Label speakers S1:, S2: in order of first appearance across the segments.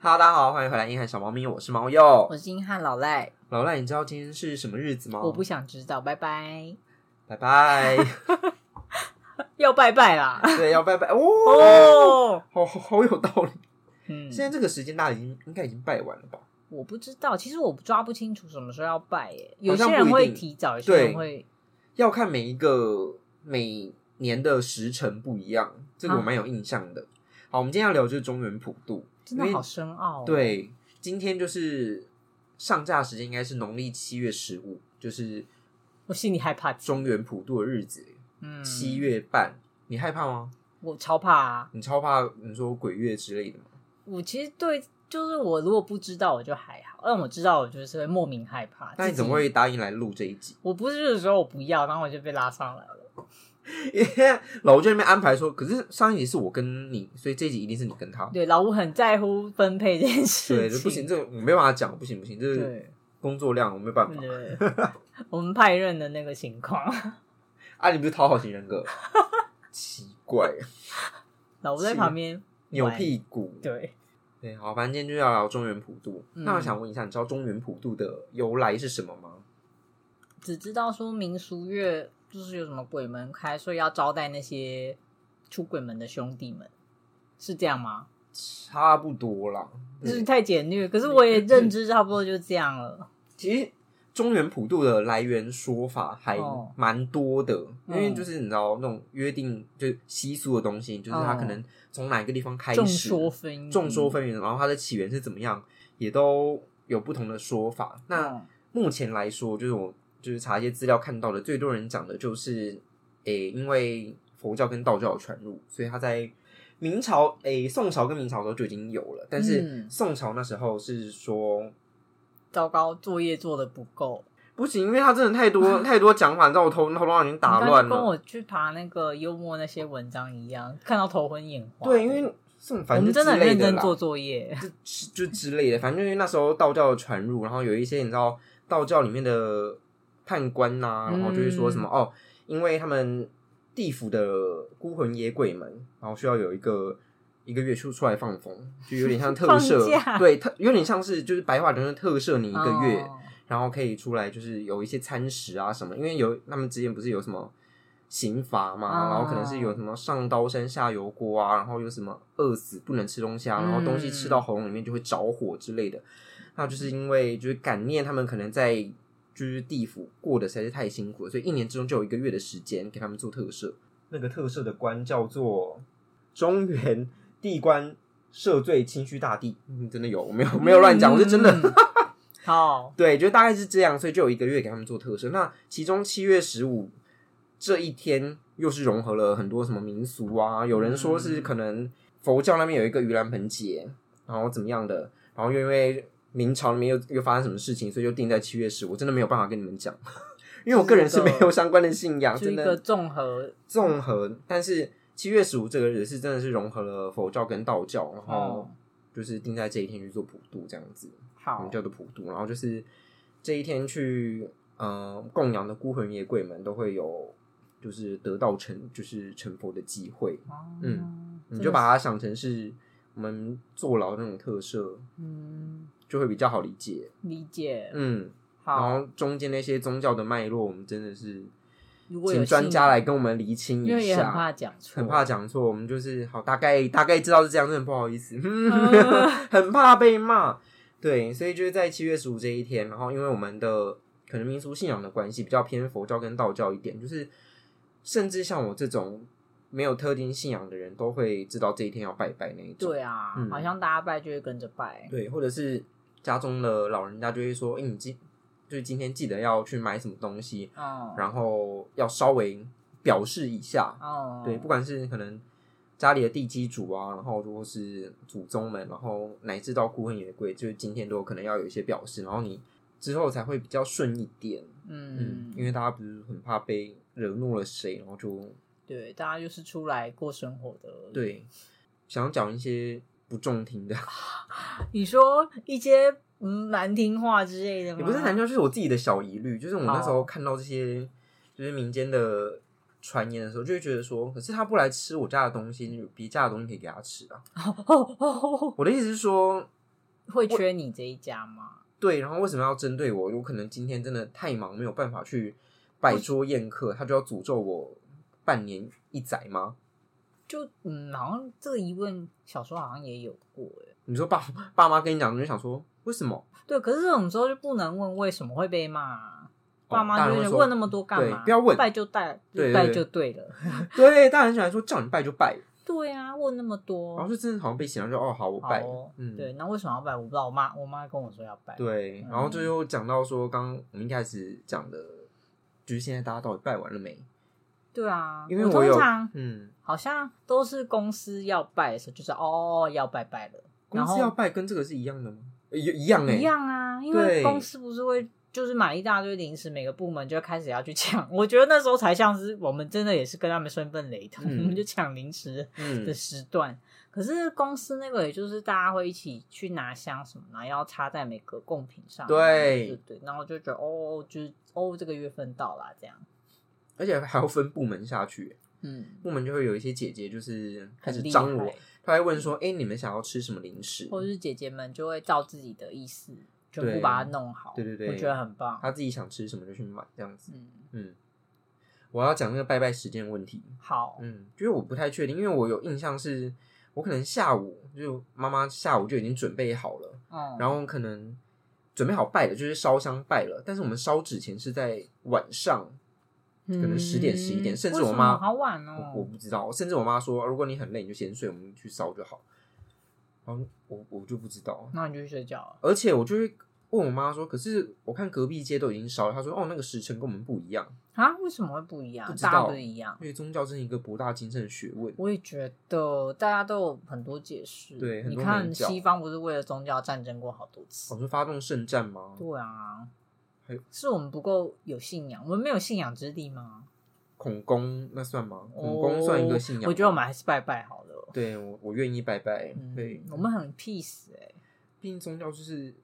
S1: Hello，大家好，欢迎回来《硬汉小猫咪》，我是猫鼬
S2: 我。是硬汉老赖，
S1: 老赖，你知道今天是什么日子吗？
S2: 我不，想知道，拜拜，
S1: 拜拜。
S2: 要拜拜啦！
S1: 对，要拜拜 哦，
S2: 哦，
S1: 好好好有道理。
S2: 嗯，
S1: 现在这个时间，大家已经应该已经拜完了吧？
S2: 我不知道，其实我抓不清楚什么时候要拜耶，有
S1: 好像
S2: 些
S1: 不一定
S2: 人会提早，有些人
S1: 对
S2: 会
S1: 要看每一个每年的时辰不一样，这个我
S2: 啊
S1: 蛮有印象的。好，我们今天要聊就是中原普渡，
S2: 真
S1: 因为
S2: 的好深奥、哦。，
S1: 对，今天就是上架时间应该是农历七月十五，就是
S2: 我心里害怕。
S1: 中原普渡的日子，
S2: 嗯，
S1: 七，月半。你害怕吗？
S2: 我超怕、啊。
S1: 你超怕你说鬼月之类的吗？
S2: 我其实对，就是我如果不知道，我就还好；但我知道，我就是会莫名害怕。
S1: 那你
S2: 自己
S1: 怎么？会答应来录这一集？
S2: 我不是的时候我不要，然后我就被拉上来了。
S1: 因为老吴就在那边安排说，可是上一集是我跟你，所以这一集一定是你跟他。
S2: 对，老吴很在乎分配这件
S1: 对，
S2: 事
S1: 就
S2: 情。
S1: 不行，，这个我没办法讲，不行不行，这是
S2: 对。嗯
S1: 工作量，我没办法。
S2: 对，我们派任的那个情况，
S1: 啊，你不是讨好型人 格？奇怪，
S2: 老吴在旁边
S1: 扭屁股。
S2: 对，
S1: 对，好，反正今天就要聊中原普渡。
S2: 嗯
S1: 那我想问一下，你知道中原普渡的由来是什么吗？
S2: 只知道说民俗月就是有什么鬼门开，所以要招待那些出鬼门的兄弟们，是这样吗？
S1: 差不多啦。
S2: 就
S1: 对
S2: 是太简略，可是我也认知差不多就这样了。
S1: 其实中原普渡的来源说法还
S2: 哦
S1: 蛮多的，因
S2: 嗯
S1: 为就是你知道那种约定就是习俗的东西，就是它
S2: 哦
S1: 可能从哪一个地方开始，
S2: 众说纷纭，
S1: 众说纷纭，然后它的起源是怎么样，也都有不同的说法。那
S2: 嗯
S1: 目前来说，就是我就是查一些资料看到的，最多人讲的就是，诶、因为佛教跟道教有传入，所以它在明朝，诶、宋朝跟明朝的时候就已经有了，但是
S2: 嗯
S1: 宋朝那时候是说。
S2: 糟糕，作业做的不够，
S1: 不行，因为他真的太多 太多讲法，你知道我头头脑已经打
S2: 你刚
S1: 乱
S2: 刚跟
S1: 了。
S2: 我去爬那个幽默那些文章一样，看到头昏眼花。
S1: 对，因为这种
S2: 我
S1: 反
S2: 们
S1: 正
S2: 真的
S1: 之
S2: 很
S1: 类
S2: 认
S1: 的
S2: 真
S1: 啦，
S2: 做作业，
S1: 就就之类的，反正因为那时候道教的传入，然后有一些你知道道教里面的判官呐、
S2: 嗯
S1: 然后就会说什么、哦，因为他们地府的孤魂野鬼们，然后需要有一个。一个月出出来放风，就有点像特赦
S2: 放假，
S1: 对，特有点像是就是白话就是特赦你一个月，
S2: 哦
S1: 然后可以出来就是有一些餐食啊什么，因为有他们之前不是有什么刑罚嘛，
S2: 啊
S1: 然后可能是有什么上刀山下油锅啊，然后有什么饿死不能吃东西啊，
S2: 嗯
S1: 然后东西吃到喉咙里面就会着火之类的，那就是因为就是感念他们可能在就是地府过得实在是太辛苦了，所以一年之中就有一个月的时间给他们做特赦。那个特赦的官叫做中原地官赦罪清虚大帝，嗯，真的有，我没有我没有乱讲，我是真的。
S2: 嗯好，
S1: 对，就大概是这样，所以就有一个月给他们做特赦。那其中七月十五这一天，又是融合了很多什么民俗啊，有人说
S2: 嗯
S1: 是可能佛教那边有一个盂兰盆节，然后怎么样的，然后又因为明朝里面又又发生什么事情，所以就定在七月十五。真的没有办法跟你们讲， 因为我个人是没有相关的信仰，
S2: 就
S1: 真
S2: 一个
S1: 的
S2: 综合
S1: 综合。但是七月十五这个日子真的是融合了佛教跟道教，然后
S2: 哦，
S1: 就是定在这一天去做普渡这样子。我
S2: 好
S1: 们，叫做普渡，然后就是这一天去呃供养的孤魂野鬼们都会有就是得到成就是成佛的机会，嗯
S2: 嗯，
S1: 你就把它想成是我们坐牢那种特色，
S2: 嗯
S1: 就会比较好理解。
S2: 理解。
S1: 嗯，然
S2: 好，
S1: 后中间那些宗教的脉络，我们真的是
S2: 如果有
S1: 请专家来
S2: 信
S1: 跟我们厘清
S2: 因为
S1: 一
S2: 也很
S1: 下。
S2: 怕讲错，
S1: 很怕讲错，我们就是好大概大概知道是这样，真的很不好意思。
S2: 嗯
S1: 很怕被骂。对，所以就是在七月十五这一天，然后因为我们的可能民俗信仰的关系，比较偏佛教跟道教一点，就是甚至像我这种没有特定信仰的人都会知道这一天要拜拜那一种。
S2: 对啊
S1: 嗯，
S2: 好像大家拜就会跟着拜，
S1: 对，或者是家中的老人家就会说：“哎、你今就是今天记得要去买什么东西，
S2: 嗯，
S1: 然后要稍微表示一下。”
S2: 哦，
S1: 对，不管是可能家里的地基主啊，然后如果是祖宗们，然后乃至到孤魂野鬼，就是今天都有可能要有一些表示，然后你之后才会比较顺一点。嗯
S2: 嗯，，
S1: 因为大家不是很怕被惹怒了谁，然后就
S2: 对大家就是出来过生活的。，
S1: 对想要讲一些不中听的，
S2: 你说一些嗯难听话之类的吗？
S1: 也不是 难教，就是我自己的小疑虑，就是我那时候看到这些就是民间的。传言的时候就会觉得说，可是他不来吃我家的东西，别家的东西可以给他吃啊。
S2: 哦哦哦，
S1: 我的意思是说，
S2: 会缺你这一家吗？
S1: 对，然后为什么要针对我？我可能今天真的太忙，没有办法去
S2: 哦
S1: 摆桌宴客，他就要诅咒我半年一载吗？
S2: 就嗯，好像这个疑问小时候好像也有过哎。
S1: 你说爸爸妈跟你讲，你就想说为什么？
S2: 对，可是这种时候就不能问为什么会被骂啊，
S1: 哦
S2: 爸妈
S1: 大
S2: 就
S1: 人会
S2: 会
S1: 说
S2: 问那么多干
S1: 对
S2: 嘛？
S1: 不要问
S2: 拜就拜，
S1: 对对
S2: 拜
S1: 对
S2: 就对了。
S1: 对，大人喜欢说叫你拜就拜，
S2: 对啊，问那么多，
S1: 然后就真的好像被洗脑，就哦好我
S2: 好
S1: 拜，
S2: 哦
S1: 嗯
S2: 对，嗯那为什么要拜？我不知道，我妈我妈跟我说要拜，
S1: 对，然后就又讲到说，刚刚我们一开始讲的，就是现在大家到底拜完了没？
S2: 对啊，
S1: 因为
S2: 我
S1: 有
S2: 通常，
S1: 嗯，
S2: 好像都是公司要拜的时候，就是哦要拜拜了，
S1: 公
S2: 然后
S1: 司要拜跟这个是一样的吗？呃一一样哎、
S2: 一样啊，因
S1: 对
S2: 为公司不是会就是买一大堆零食，每个部门就开始要去抢。 我觉得那时候才像是我们真的也是跟他们身份雷同，
S1: 嗯
S2: 我们就抢零食的
S1: 嗯，
S2: 时段。可是公司那个，也就是大家会一起去拿香什么，然后要插在每个贡品上，
S1: 对
S2: 对对，然后就觉得哦，就是哦，这个月份到啦，这样，
S1: 而且还要分部门下去、欸
S2: 嗯，
S1: 部门就会有一些姐姐就是开
S2: 很
S1: 始
S2: 厉
S1: 张罗
S2: 害，
S1: 她会问说：“哎、你们想要吃什么零食
S2: 或者是姐姐们就会照自己的意思，全部
S1: 对
S2: 把它弄好，
S1: 对对对
S2: 我觉得很？”棒，
S1: 她自己想吃什么就去买，这样子。
S2: 嗯，
S1: 嗯，我要讲那个拜拜时间问题。
S2: 好，
S1: 嗯，就是我不太确定，因为我有印象是，我可能下午就妈妈下午就已经准备好了，
S2: 嗯，
S1: 然后可能准备好拜了，就是烧香拜了。但是我们烧纸钱是在晚上，
S2: 可
S1: 能10点11点
S2: 嗯
S1: 甚至我妈
S2: 好晚
S1: 我我
S2: 哦，
S1: 不知道。甚至我妈说，啊如果你很累，你就先睡，我们去烧就好。然后我我就不知道，
S2: 那你就去睡觉了。
S1: 而且我就会问我妈说，可是我看隔壁街都已经烧了，她说哦，那个时辰跟我们不一样，
S2: 啊？为什么会不一样
S1: 不？知道
S2: 大家不是一样？
S1: 因为宗教真是一个博大精深的学问。
S2: 我也觉得大家都有很多解释。
S1: 对很
S2: 你
S1: 多
S2: 看
S1: 美角
S2: 西方不是为了宗教战争过好多次
S1: 我？说发动圣战吗？
S2: 对啊
S1: 还有，
S2: 是我们不够有信仰，我们没有信仰之地吗？
S1: 孔公那算吗？孔
S2: 哦
S1: 公算一个信仰吗？
S2: 我觉得我们还是拜拜好了。
S1: 对我我愿意拜拜。对
S2: 嗯，，我们很 peace 哎，
S1: 毕竟宗教就是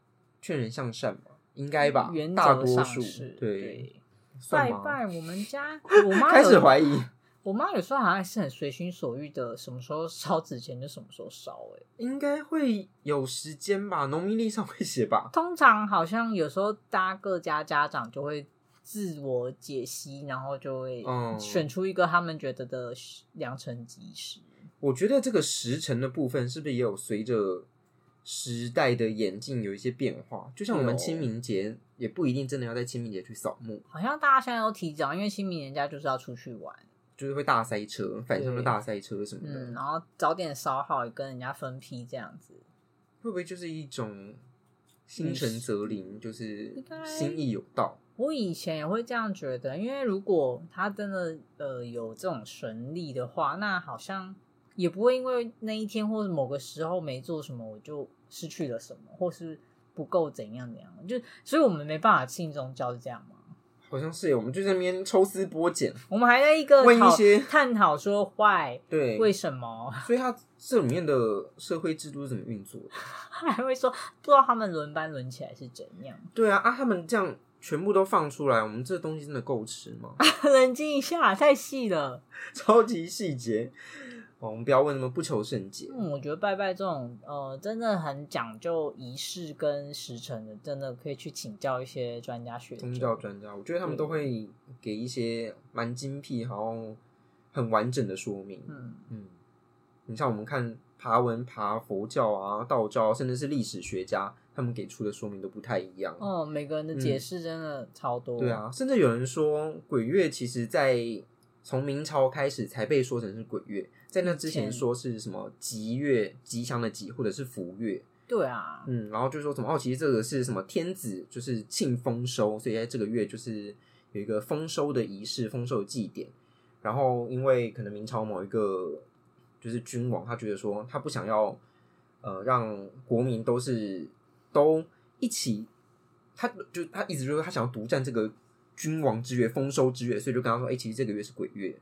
S1: 劝人向善嘛，应该吧？
S2: 原
S1: 大
S2: 则
S1: 多
S2: 上
S1: 数
S2: 是
S1: 对，算
S2: 拜
S1: 吗？
S2: 拜，我 们家我妈
S1: 开始
S2: 有
S1: 怀疑，
S2: 我妈有时候好像是很随心所欲的，什么时候烧纸钱就什么时候烧哎。
S1: 应该会有时间吧？农民历上会写吧？
S2: 通常好像有时候大家各家家长就会自我解析，然后就会
S1: 嗯
S2: 选出一个他们觉得的良辰吉时。
S1: 我觉得这个时辰的部分是不是也有随着时代的演进有一些变化？就像我们
S2: 有
S1: 清明节也不一定真的要在清明节去扫墓，
S2: 好像大家现在都提早，因为清明人家就是要出去玩，
S1: 就是会大塞车，反向的
S2: 对
S1: 大塞车什么
S2: 嗯，
S1: 的，
S2: 然后早点烧好，也跟人家分批这样子。
S1: 会不会就是一种心诚则灵，就是
S2: 该
S1: 心意有道？
S2: 我以前也会这样觉得，因为如果他真的呃有这种神力的话，那好像也不会因为那一天或者某个时候没做什么，我就失去了什么，或是不够怎样怎样。就所以我们没办法信宗教是这样吗？
S1: 好像是耶，我们就在那边抽丝剥茧，
S2: 我们还在一个
S1: 问一
S2: 讨
S1: 些
S2: 探讨说 why
S1: 对，
S2: 为什么，
S1: 所以它这里面的社会制度是怎么运作的？
S2: 还会说不知道他们轮班轮起来是怎样。
S1: 对啊，啊，他们这样全部都放出来，我们这东西真的够吃吗？
S2: 冷静一下，太细了。
S1: 超级细节哦，我们不要问那么不求甚解。
S2: 嗯，我觉得拜拜这种呃，真的很讲究仪式跟时辰的，真的可以去请教一些专家学者。
S1: 宗教专家，我觉得他们都会给一些蛮精辟，然后很完整的说明。
S2: 嗯，
S1: 嗯，你像我们看爬文、爬佛教啊、道教，甚至是历史学家，他们给出的说明都不太一样。
S2: 哦，每个人的解释真的超多。
S1: 嗯对，啊，甚至有人说鬼月其实在从明朝开始才被说成是鬼月，在那之前
S2: 以前
S1: 说是什么吉月、吉祥的吉，或者是福月。
S2: 对啊，
S1: 嗯，然后就说什么哦，其实这个是什么天子就是庆丰收，所以在这个月就是有一个丰收的仪式、丰收的祭典。然后因为可能明朝某一个就是君王，他觉得说他不想要呃让国民都是都一起，他就他一直就是他想要独占这个君王之月、丰收之月，所以就跟他说，哎、其实这个月是鬼月。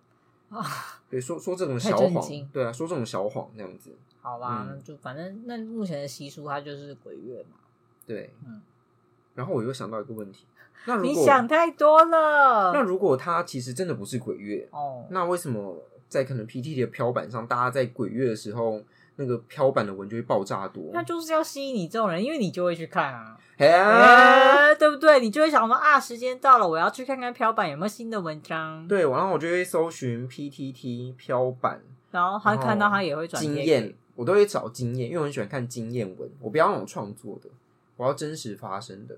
S2: 啊，
S1: 对，说说这种
S2: 太
S1: 小
S2: 震
S1: 谎
S2: 惊，
S1: 对啊，说这种小谎那样子，
S2: 好吧，
S1: 嗯
S2: 那就反正那目前的习俗它就是鬼月嘛。
S1: 对，
S2: 嗯。
S1: 然后我又想到一个问题，那如
S2: 你
S1: 果
S2: 想太多
S1: 那
S2: 了。
S1: 如果它其实真的不是鬼月，
S2: 哦，
S1: 那为什么在可能 PTT 的标板上，大家在鬼月的时候那个飘板的文就会爆炸多。
S2: 那就是要吸引你这种人，因为你就会去看啊，
S1: 哎 呀
S2: 哎对不对？你就会想说啊，时间到了，我要去看看飘板有没有新的文章。，
S1: 对，然后我就会搜寻 PTT 飘板
S2: 然后他看到他也会转
S1: 经
S2: 贴
S1: 验，我都会找经验，因为我很喜欢看经验文，我不要那种创作的，我要真实发生的，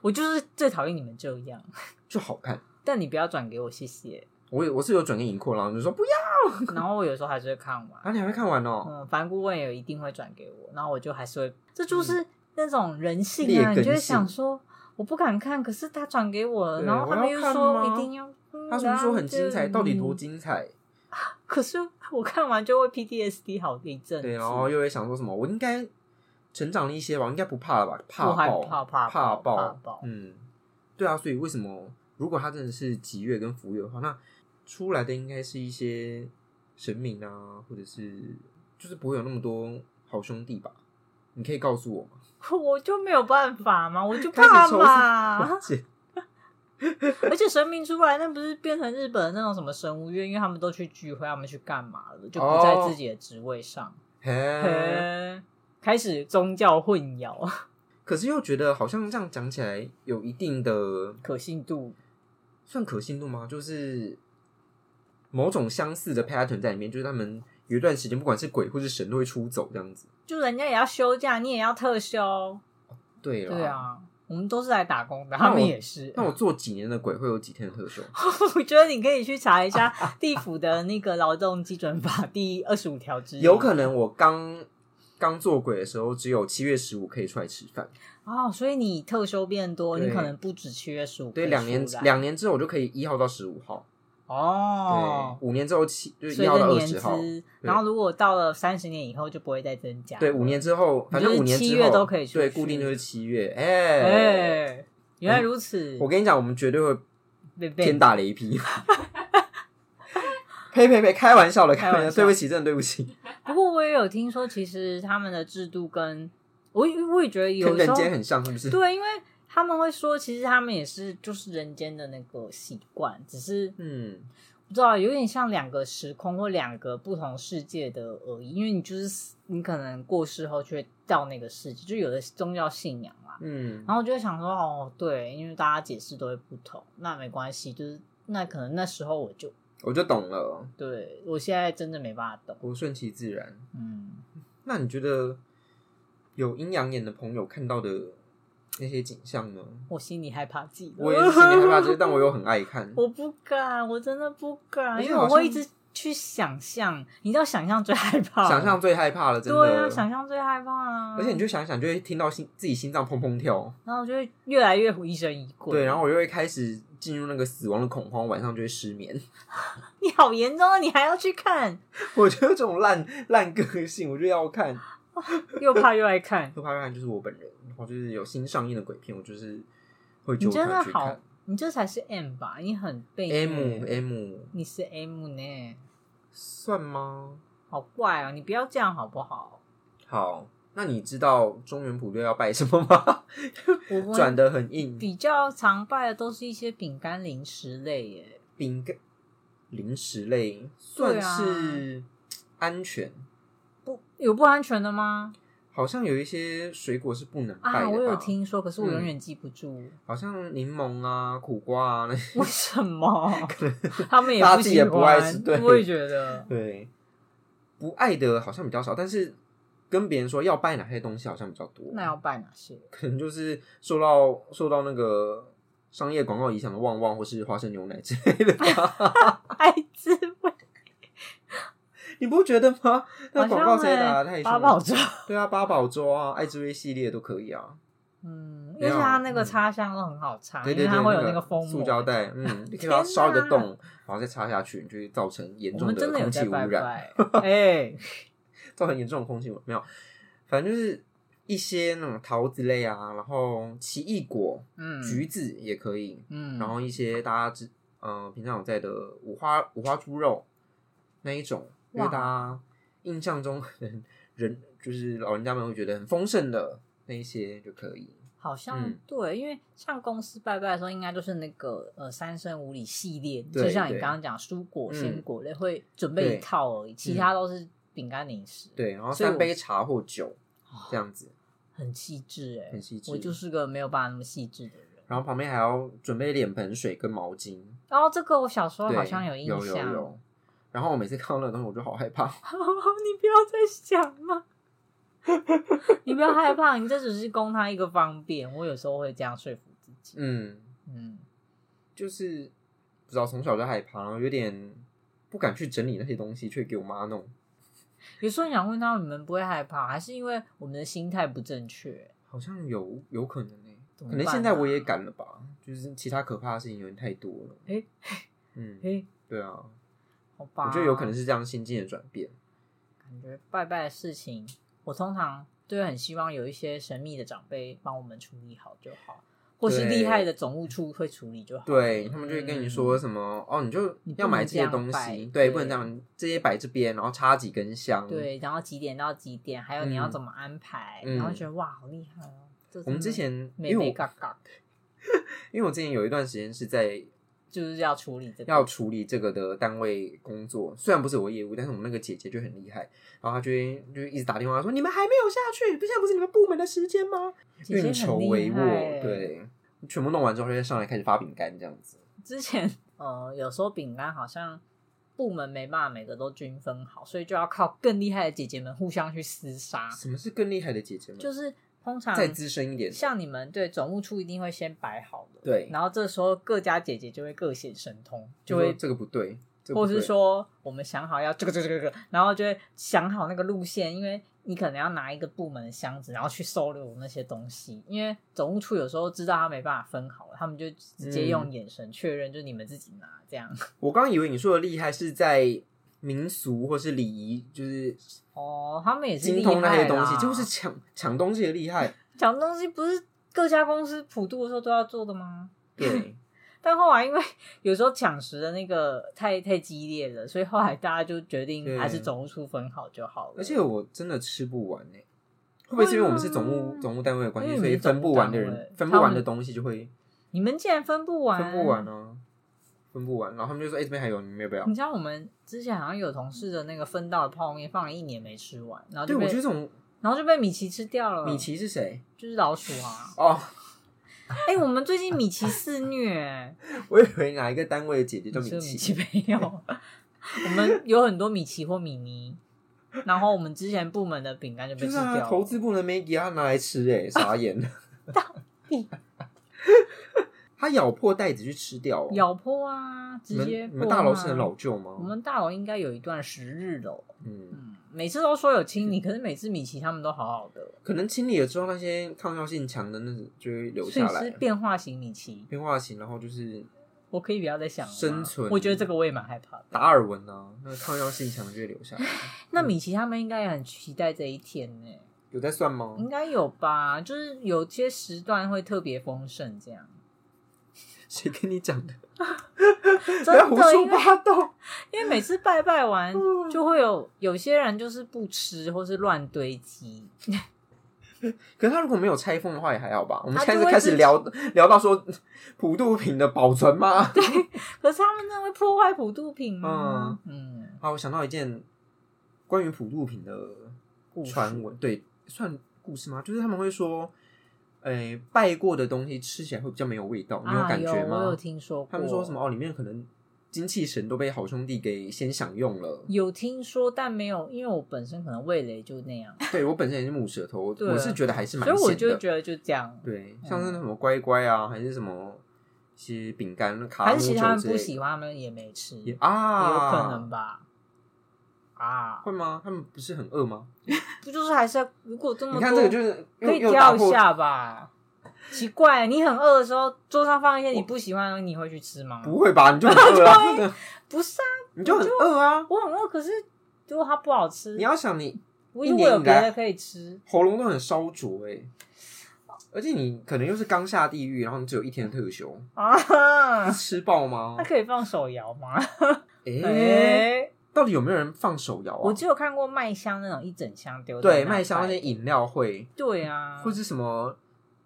S2: 我就是最讨厌你们这样，
S1: 就好看。
S2: 但你不要转给我，谢谢。
S1: 我有我是有转给尹阔，然后你就说不要，
S2: 然后我有时候还是会看完，
S1: 啊，你还会看完哦，
S2: 嗯，反顾问也一定会转给我，然后我就还是会，这就是那种人性
S1: 嗯劣
S2: 啊，
S1: 根
S2: 你就会
S1: 性
S2: 想说我不敢看，可是他转给我了，
S1: 对
S2: 然后他们
S1: 我要
S2: 又
S1: 看
S2: 说
S1: 吗
S2: 一定要，嗯
S1: 他是不是说很精彩？到底多？
S2: 然后就嗯
S1: 精彩？
S2: 可是我看完就会 PTSD 好一阵子，
S1: 对，然哦后又会想说什么，我应该成长了一些吧，我应该不怕了吧？
S2: 我
S1: 怕
S2: 还
S1: 爆，
S2: 怕怕
S1: 怕
S2: 爆怕
S1: 爆
S2: 爆，
S1: 嗯，对啊，所以为什么如果他真的是吉月跟福月的话，那出来的应该是一些神明啊，或者是就是不会有那么多好兄弟吧？你可以告诉我吗？
S2: 我就没有办法嘛，我就
S1: 开始
S2: 怕
S1: 抽
S2: 嘛
S1: 我。姐
S2: 而且神明出来，那不是变成日本的那种什么神无院，因为他们都去聚会，他们去干嘛了，就不
S1: 哦
S2: 在自己的职位上，嗯
S1: 嘿，
S2: 嘿开始宗教混淆，
S1: 可是又觉得好像这样讲起来有一定的
S2: 可信度
S1: 算可信度吗？就是某种相似的 pattern 在里面，就是他们有一段时间，不管是鬼或是神，都会出走这样子。
S2: 就人家也要休假，你也要特休，
S1: 对啦，
S2: 对。啊，我们都是来打工的，
S1: 那我
S2: 他们也是。
S1: 那我做几年的鬼，会有几天的特休？
S2: 我觉得你可以去查一下地府的那个劳动基准法第二十五条之一，
S1: 有可能我刚刚做鬼的时候，只有七月十五可以出来吃饭。
S2: 哦，所以你特休变多，你
S1: 对
S2: 可能不止七月十五，
S1: 对，两年两年之后，我就可以一号到十五号。
S2: 哦，
S1: 对，五年之后七就是
S2: 随
S1: 一号到
S2: 着
S1: 二
S2: 年
S1: 十号。
S2: 资，然后如果到了三十年以后就不会再增加，
S1: 对，五年之后，反正
S2: 就是
S1: 五年之后
S2: 七月都可以出去
S1: 对，固定就是七月。哎、
S2: 哎，原来如此，
S1: 嗯我跟你讲，我们绝对会
S2: 被被
S1: 天打雷劈。呸呸呸！开玩笑的，
S2: 开
S1: 开
S2: 玩
S1: 玩
S2: 笑
S1: 笑，对不起，真的对不起，
S2: 不过我也有听说，其实他们的制度跟我也我也觉得有
S1: 跟
S2: 时
S1: 人
S2: 候
S1: 间很像，是不是？
S2: 对，因为他们会说，其实他们也是就是人间的那个习惯，只是
S1: 嗯，
S2: 不知道有点像两个时空或两个不同世界的而已。因为你就是死你可能过世后却到那个世界，就有的宗教信仰嘛。
S1: 嗯，
S2: 然后我就会想说，哦，对，因为大家解释都会不同，那没关系，就是那可能那时候我就
S1: 我就懂了，
S2: 对我现在真的没办法懂，
S1: 我顺其自然。
S2: 嗯。
S1: 那你觉得有阴阳眼的朋友看到的那些景象呢？
S2: 我心里害怕极了。
S1: 我也是心里害怕这些，但我又很爱看。
S2: 我不敢，我真的不敢，
S1: 而
S2: 因
S1: 且哎
S2: 为
S1: 好
S2: 我
S1: 像
S2: 会一直去想象，你知道想象最害怕，
S1: 想象最害怕了，真的。
S2: 对啊，想象最害怕啊。
S1: 而且你就想一想，就会听到心自己心脏砰砰跳，
S2: 然后我就会越来越疑神疑鬼。
S1: 对，然后我又会开始进入那个死亡的恐慌，晚上就会失眠。
S2: 你好严重啊，你还要去看，
S1: 我觉得这种烂烂个性，我就要看。
S2: 又怕又爱看，
S1: 特派看就是我本人，然后就是有新上映的鬼片，我 就是会
S2: 你
S1: 揪
S2: 真的
S1: 团去
S2: 好
S1: 看。，
S2: 你这才是 M 吧？你很被
S1: M M
S2: 你是 M 呢，
S1: 算吗？
S2: 好怪哦，你不要这样好不好？
S1: 好，那你知道中原普队要拜什么吗？
S2: 我们
S1: 转的很硬，
S2: 比较常拜的都是一些饼干零食类耶，
S1: 饼干、零食类算
S2: 对啊
S1: 是安全，
S2: 不有不安全的吗？
S1: 好像有一些水果是不能拜的、嗯
S2: 啊，我有，听说，可是我永远记不住，
S1: 好像柠檬啊、苦瓜啊那些。
S2: 为什么？ 他们也
S1: 大家
S2: 不
S1: 自己
S2: 喜
S1: 也不爱吃
S2: 欢，
S1: 对
S2: 我也觉得。
S1: 对，不爱的好像比较少，但是跟别人说要拜哪些东西好像比较多。
S2: 那要拜哪 些？
S1: 可能就是受到受到那个商业广告影响的旺旺或是花生牛奶之类的 吧，
S2: 爱滋味，
S1: 你不觉得吗？那广告
S2: 好像
S1: 谁打的
S2: 欸
S1: 太凶
S2: 八
S1: 了
S2: 宝粥。
S1: 对啊，八宝粥啊，爱之味系列都可以啊。
S2: 嗯，而
S1: 没有啊
S2: 且它那个插香都很好插，
S1: 对
S2: 啊因
S1: 对
S2: 为
S1: 对，
S2: 它会有
S1: 那
S2: 个封膜
S1: 塑胶。袋，嗯， 你可以
S2: 天
S1: 把它烧一个
S2: 哪
S1: 洞，然后再插下去，你就会造成严
S2: 我
S1: 重
S2: 们真的有
S1: 空
S2: 在
S1: 气污
S2: 拜
S1: 染，
S2: 拜， 哎，
S1: 造成严重的空气污染。没有，反正就是一些那种桃子类啊，然后奇异果、
S2: 嗯，
S1: 橘子也可以，
S2: 嗯，
S1: 然后一些大家知，呃，平常有在的五花五花猪肉那一种，因为
S2: 哇
S1: 大家印象中人人就是老人家们会觉得很丰盛的那一些就可以。
S2: 好像
S1: 嗯
S2: 对，因为像公司拜拜的时候，应该就是那个呃三生五礼系列，
S1: 对
S2: 就像你
S1: 对
S2: 刚刚讲蔬果、
S1: 嗯
S2: 鲜果类会准备一
S1: 对嗯
S2: 套而已，其他都是饼干零食，，
S1: 对，然后
S2: 所以我啊
S1: 三杯茶或酒这样子，
S2: 很细致哎、
S1: 很细致。
S2: 我就是个没有办法那么细致的人。
S1: 然后旁边还要准备脸盆水跟毛巾，
S2: 然后这个我小时候
S1: 对，
S2: 哦好像有印
S1: 有有
S2: 象，
S1: 有。然后我每次看到那个东西，我就好害怕。
S2: 你不要再想了，你不要害怕，你这只是供他一个方便。我有时候会这样说服自己，
S1: 嗯，
S2: 嗯，
S1: 就是不知道从小就害怕，然后有点不敢去整理那些东西，却给我妈弄。
S2: 有时候你想问他，你们不会害怕，还是因为我们的心态不正确？
S1: 好像有有可能呢、
S2: 怎么
S1: 可
S2: 办啊
S1: 能现在我也敢了吧，就是其他可怕的事情有点太多了。
S2: 诶
S1: 嗯，
S2: 诶、
S1: 对啊，
S2: 好吧，
S1: 我觉得有可能是这样心境的转变。
S2: 感觉拜拜的事情，我通常都会很希望有一些神秘的长辈帮我们处理好就好，或是
S1: 对
S2: 厉害的总务处会处理就好。
S1: 对他们就会跟你说什么、哦，你就
S2: 嗯你不能
S1: 要买这些东
S2: 这样摆
S1: 西，
S2: 对
S1: 对，不能这样，这些摆这边，然后插几根香。，
S2: 对，然后几点到几点，还有你要怎么安排，
S1: 嗯
S2: 然后觉得哇，好厉害哦！这真
S1: 我
S2: 的
S1: 们之前
S2: 美
S1: 因为我
S2: 美嘎嘎，
S1: 因为我之前有一段时间是在
S2: 就是要处理这个，
S1: 要处理这个的单位工作，虽然不是我业务，但是我们那个姐姐就很厉害，然后她就会就一直打电话说：“你们还没有下去，不现在不是你们部门的时间吗？”
S2: 姐姐
S1: 运筹
S2: 很
S1: 帷
S2: 厉害
S1: 幄，。，对，全部弄完之后，她就上来开始发饼干这样子。
S2: 之前呃，有时候饼干好像部门没办法每个都均分好，所以就要靠更厉害的姐姐们互相去厮杀，
S1: 什么是更厉害的姐姐们？
S2: 就是通常
S1: 再资深一点，
S2: 像你们对总务处一定会先摆好的，
S1: 对
S2: 然后这时候各家姐姐就会各显神通，就
S1: 说
S2: 会
S1: 这个不对，这个
S2: 或
S1: 不对
S2: 是说我们想好要这个这个这个，然后就会想好那个路线，因为你可能要拿一个部门的箱子，然后去收留那些东西，因为总务处有时候知道他没办法分好了，他们就直接
S1: 嗯
S2: 用眼神确认，就你们自己拿这样。
S1: 我刚刚以为你说的厉害是在民俗或是礼仪，就是
S2: 哦，他们也是
S1: 精
S2: 厉
S1: 通那
S2: 害
S1: 些东西，
S2: 啦
S1: 就是抢抢东西的厉 害。
S2: 讲东西不是各家公司普渡的时候都要做的吗？
S1: 对，
S2: 但后来因为 有时候抢食的那个太太激烈了，所以后来大家就决定
S1: 对
S2: 还是总务处分好就好了。
S1: 嗯而且我真的吃不完哎、会不会是因为我们是总务
S2: 会吗
S1: 总务单位的关
S2: 因
S1: 系，
S2: 为
S1: 所
S2: 你
S1: 以
S2: 们是
S1: 分不完的
S2: 总务单
S1: 人
S2: 位
S1: 分不
S2: 他
S1: 完
S2: 们
S1: 的东西就会
S2: 你们竟然分不完，
S1: 分不完啊，分不完。然后他们就说：“哎、这边还有，你们要不要
S2: 你知道我们之前好像有同事的那个分到的泡面放了一年没吃完，然？”后
S1: 对，
S2: 就
S1: 我
S2: 被
S1: 觉得这种
S2: 然后就被米奇吃掉了。
S1: 米奇是谁？
S2: 就是老鼠啊！
S1: 哦，
S2: 哎、我们最近米奇肆虐、 欸，
S1: 我以为哪一个单位的姐姐叫
S2: 你说
S1: 米
S2: 米
S1: 奇
S2: 奇，没有？我们有很多米奇或米妮，然后我们之前部门的饼干就被
S1: 就
S2: 吃
S1: 是
S2: 掉
S1: 啊，
S2: 了。
S1: 投资部的 Maggie 她拿来吃、 欸，哎，傻眼。 他咬破袋子去吃掉、哦，
S2: 咬破啊，
S1: 你
S2: 直
S1: 们
S2: 接
S1: 你们
S2: 破
S1: 大楼
S2: 啊
S1: 是很老旧吗？
S2: 我们大楼应该有一段十日楼，
S1: 嗯，
S2: 嗯，每次都说有清理，可是每次米奇他们都好好的，哦
S1: 可能清理了之后，那些抗药性强的那种就会留
S2: 所以
S1: 下来
S2: 是，变化型米奇。
S1: 变化型，然后就是
S2: 我可以不要再想了吗
S1: 生存
S2: 我觉得这个我也蛮害怕的。
S1: 达尔文啊，那个抗药性强的就会留下来，
S2: 那米奇他们应该也很期待这一天呢、
S1: 有在算吗？
S2: 应该有吧？就是有些时段会特别丰盛，这样。
S1: 谁跟你讲的？
S2: 真
S1: 不要胡
S2: 的，
S1: 说
S2: 因为
S1: 八道。
S2: 因为每次拜拜 完
S1: 嗯
S2: 就会有有些人就是不吃或是乱堆积，
S1: 可是他如果没有拆封的话也还好吧。我们
S2: 他
S1: 现在
S2: 就会
S1: 是开始
S2: 自己
S1: 聊聊到说普渡品的保存吗？
S2: 可是他们那会破坏普渡品吗？嗯，
S1: 啊，我想到一件关于普渡品的
S2: 故事
S1: 传闻，对，算故事吗？就是他们会说，诶、拜过的东西吃起来会比较没有味道，你有
S2: 啊
S1: 感觉
S2: 有我
S1: 吗？
S2: 有听说过，
S1: 他们说什么？哦，里面可能精气神都被好兄弟给先享用 了。
S2: 有听说，但没有，因为我本身可能味蕾就那样，
S1: 对我本身也是母舌头，
S2: 对啊
S1: 我是觉得还是蛮
S2: 所以我
S1: 咸
S2: 就
S1: 的。
S2: 觉得就嗯这样。
S1: 对，像是那什么乖乖啊，还是什么一些饼干、卡
S2: 还
S1: 姆
S2: 是
S1: 酒
S2: 其他人
S1: 之类
S2: 不
S1: 的
S2: 喜欢，他们也没吃，
S1: 也
S2: 也
S1: 啊，
S2: 有可能吧？啊，
S1: 会吗？他们不是很饿吗？
S2: 不就是还是要如果这么
S1: 你
S2: 多，
S1: 看这个就是又
S2: 可以
S1: 又打
S2: 挑一
S1: 破
S2: 下吧？奇怪，你很饿的时候，桌上放一些你不喜欢的东西，你会去吃吗？
S1: 不会吧？你就很饿 啊，真的
S2: 不是啊，
S1: 你就很饿啊！
S2: 我很饿，可是如果它不好吃
S1: 你，要想你
S2: 我
S1: 一
S2: 如果
S1: 年
S2: 有
S1: 以
S2: 别
S1: 来
S2: 的可以吃，
S1: 喉咙都很烧灼哎、而且你可能又是刚下地狱，然后你只有一天的特 休，
S2: 啊，
S1: 吃爆吗
S2: 那？可以放手摇吗？
S1: 哎、
S2: 哎。
S1: 到底有没有人放手摇啊？
S2: 我只有看过麦香那种一整箱丢在
S1: 对
S2: 那
S1: 麦香那
S2: 摆
S1: 些饮料会，
S2: 对啊，
S1: 或是什么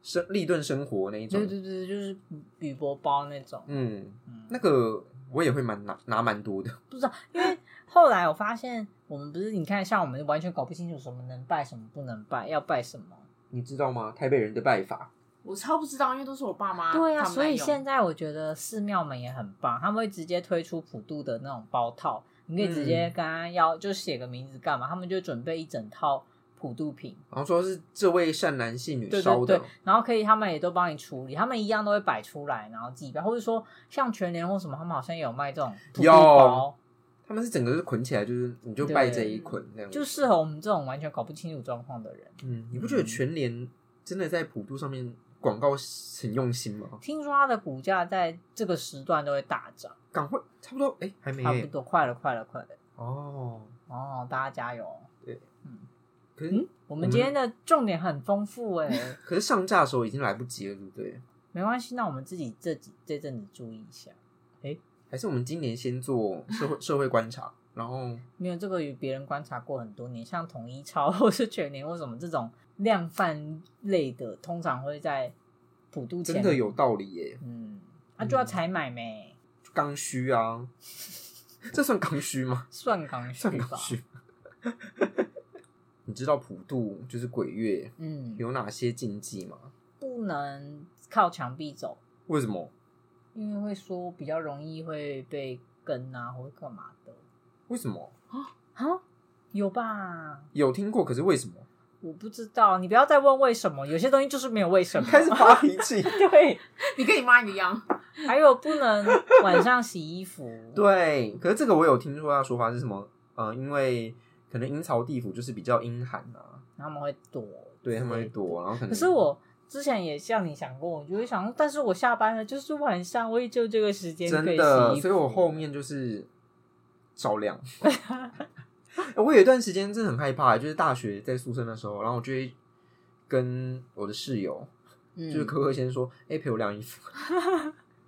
S1: 生立顿生活那一种，
S2: 对对对，就是铝箔包那种。
S1: 嗯，
S2: 嗯，
S1: 那个我也会蛮拿拿蛮多的，
S2: 不知道，因为后来我发现，我们不是你看，像我们完全搞不清楚什么能拜，什么不能拜，要拜什么。
S1: 你知道吗？台北人的拜法，
S3: 我超不知道，因为都是我爸妈
S2: 对
S3: 啊，
S2: 啊，所以现
S3: 在
S2: 在我觉得寺庙们也很棒，他们会直接推出普渡的那种包套，你可以直接跟他要，就写个名字干嘛，他们就准备一整套普渡品，
S1: 然后说是这位善男信女
S2: 对
S1: 烧
S2: 对
S1: 的，哦
S2: 对，然后可以他们也都帮你处理，他们一样都会摆出来，然后自己摆，或者说像全联或什么，他们好像也有卖这种普渡
S1: 有
S2: 包，
S1: 他们是整个是捆起来，就是你就拜这一捆这样子。
S2: 就适合我们这种完全搞不清楚状况的人。
S1: 嗯，你不觉得全联真的在普渡上面广告很用心吗？
S2: 听说它的股价在这个时段都会大涨，
S1: 赶快，差不多，哎、还没、
S2: 差不多，快了，快了，快了。
S1: 哦。
S2: 哦，大家加油！
S1: 可是、
S2: 嗯，我们今天的重点很丰富哎、
S1: 可是上架的时候已经来不及了，对不对？
S2: 没关系，那我们自己这几这阵子注意一下。
S1: 还是我们今年先做社会社会观察，然后
S2: 没有这个与别人观察过很多年，像统一超或是全年或什么这种量贩类的，通常会在普渡前
S1: 真的有道理耶，
S2: 嗯，那、就要采买没，
S1: 刚需啊， 这算刚需吗？
S2: 算刚需
S1: 算刚
S2: 吧。
S1: 需。你知道普渡就是鬼月
S2: 嗯，
S1: 有哪些禁忌吗？
S2: 不能靠墙壁走，
S1: 为什么？
S2: 因为会说比较容易会被跟啊，或者干嘛的
S1: 为什么
S2: 啊？有吧？
S1: 有听过？可是为什么？
S2: 我不知道，你不要再问为什么，有些东西就是没有为什 么。。
S1: 开始发脾气
S2: 对，
S3: 你跟你妈一样，
S2: 还有不能晚上洗衣服。
S1: 对，可是这个我有听说他说法是什么？呃，因为可能阴曹地府就是比较阴寒啊，
S2: 然后他们会躲，
S1: 对他们会。躲，然后可能
S2: 可是我之前也像你想过，我就会想说，但是我下班了，就是晚上，我也就这个时间
S1: 真
S2: 可以洗
S1: 的，
S2: 衣服。
S1: 所以我后面就是照亮。 我有一段时间真的很害怕，就是大学在宿舍那时候，然后我就会跟我的室友，
S2: 嗯
S1: 就是科科先生说：“哎、陪我晾衣服。”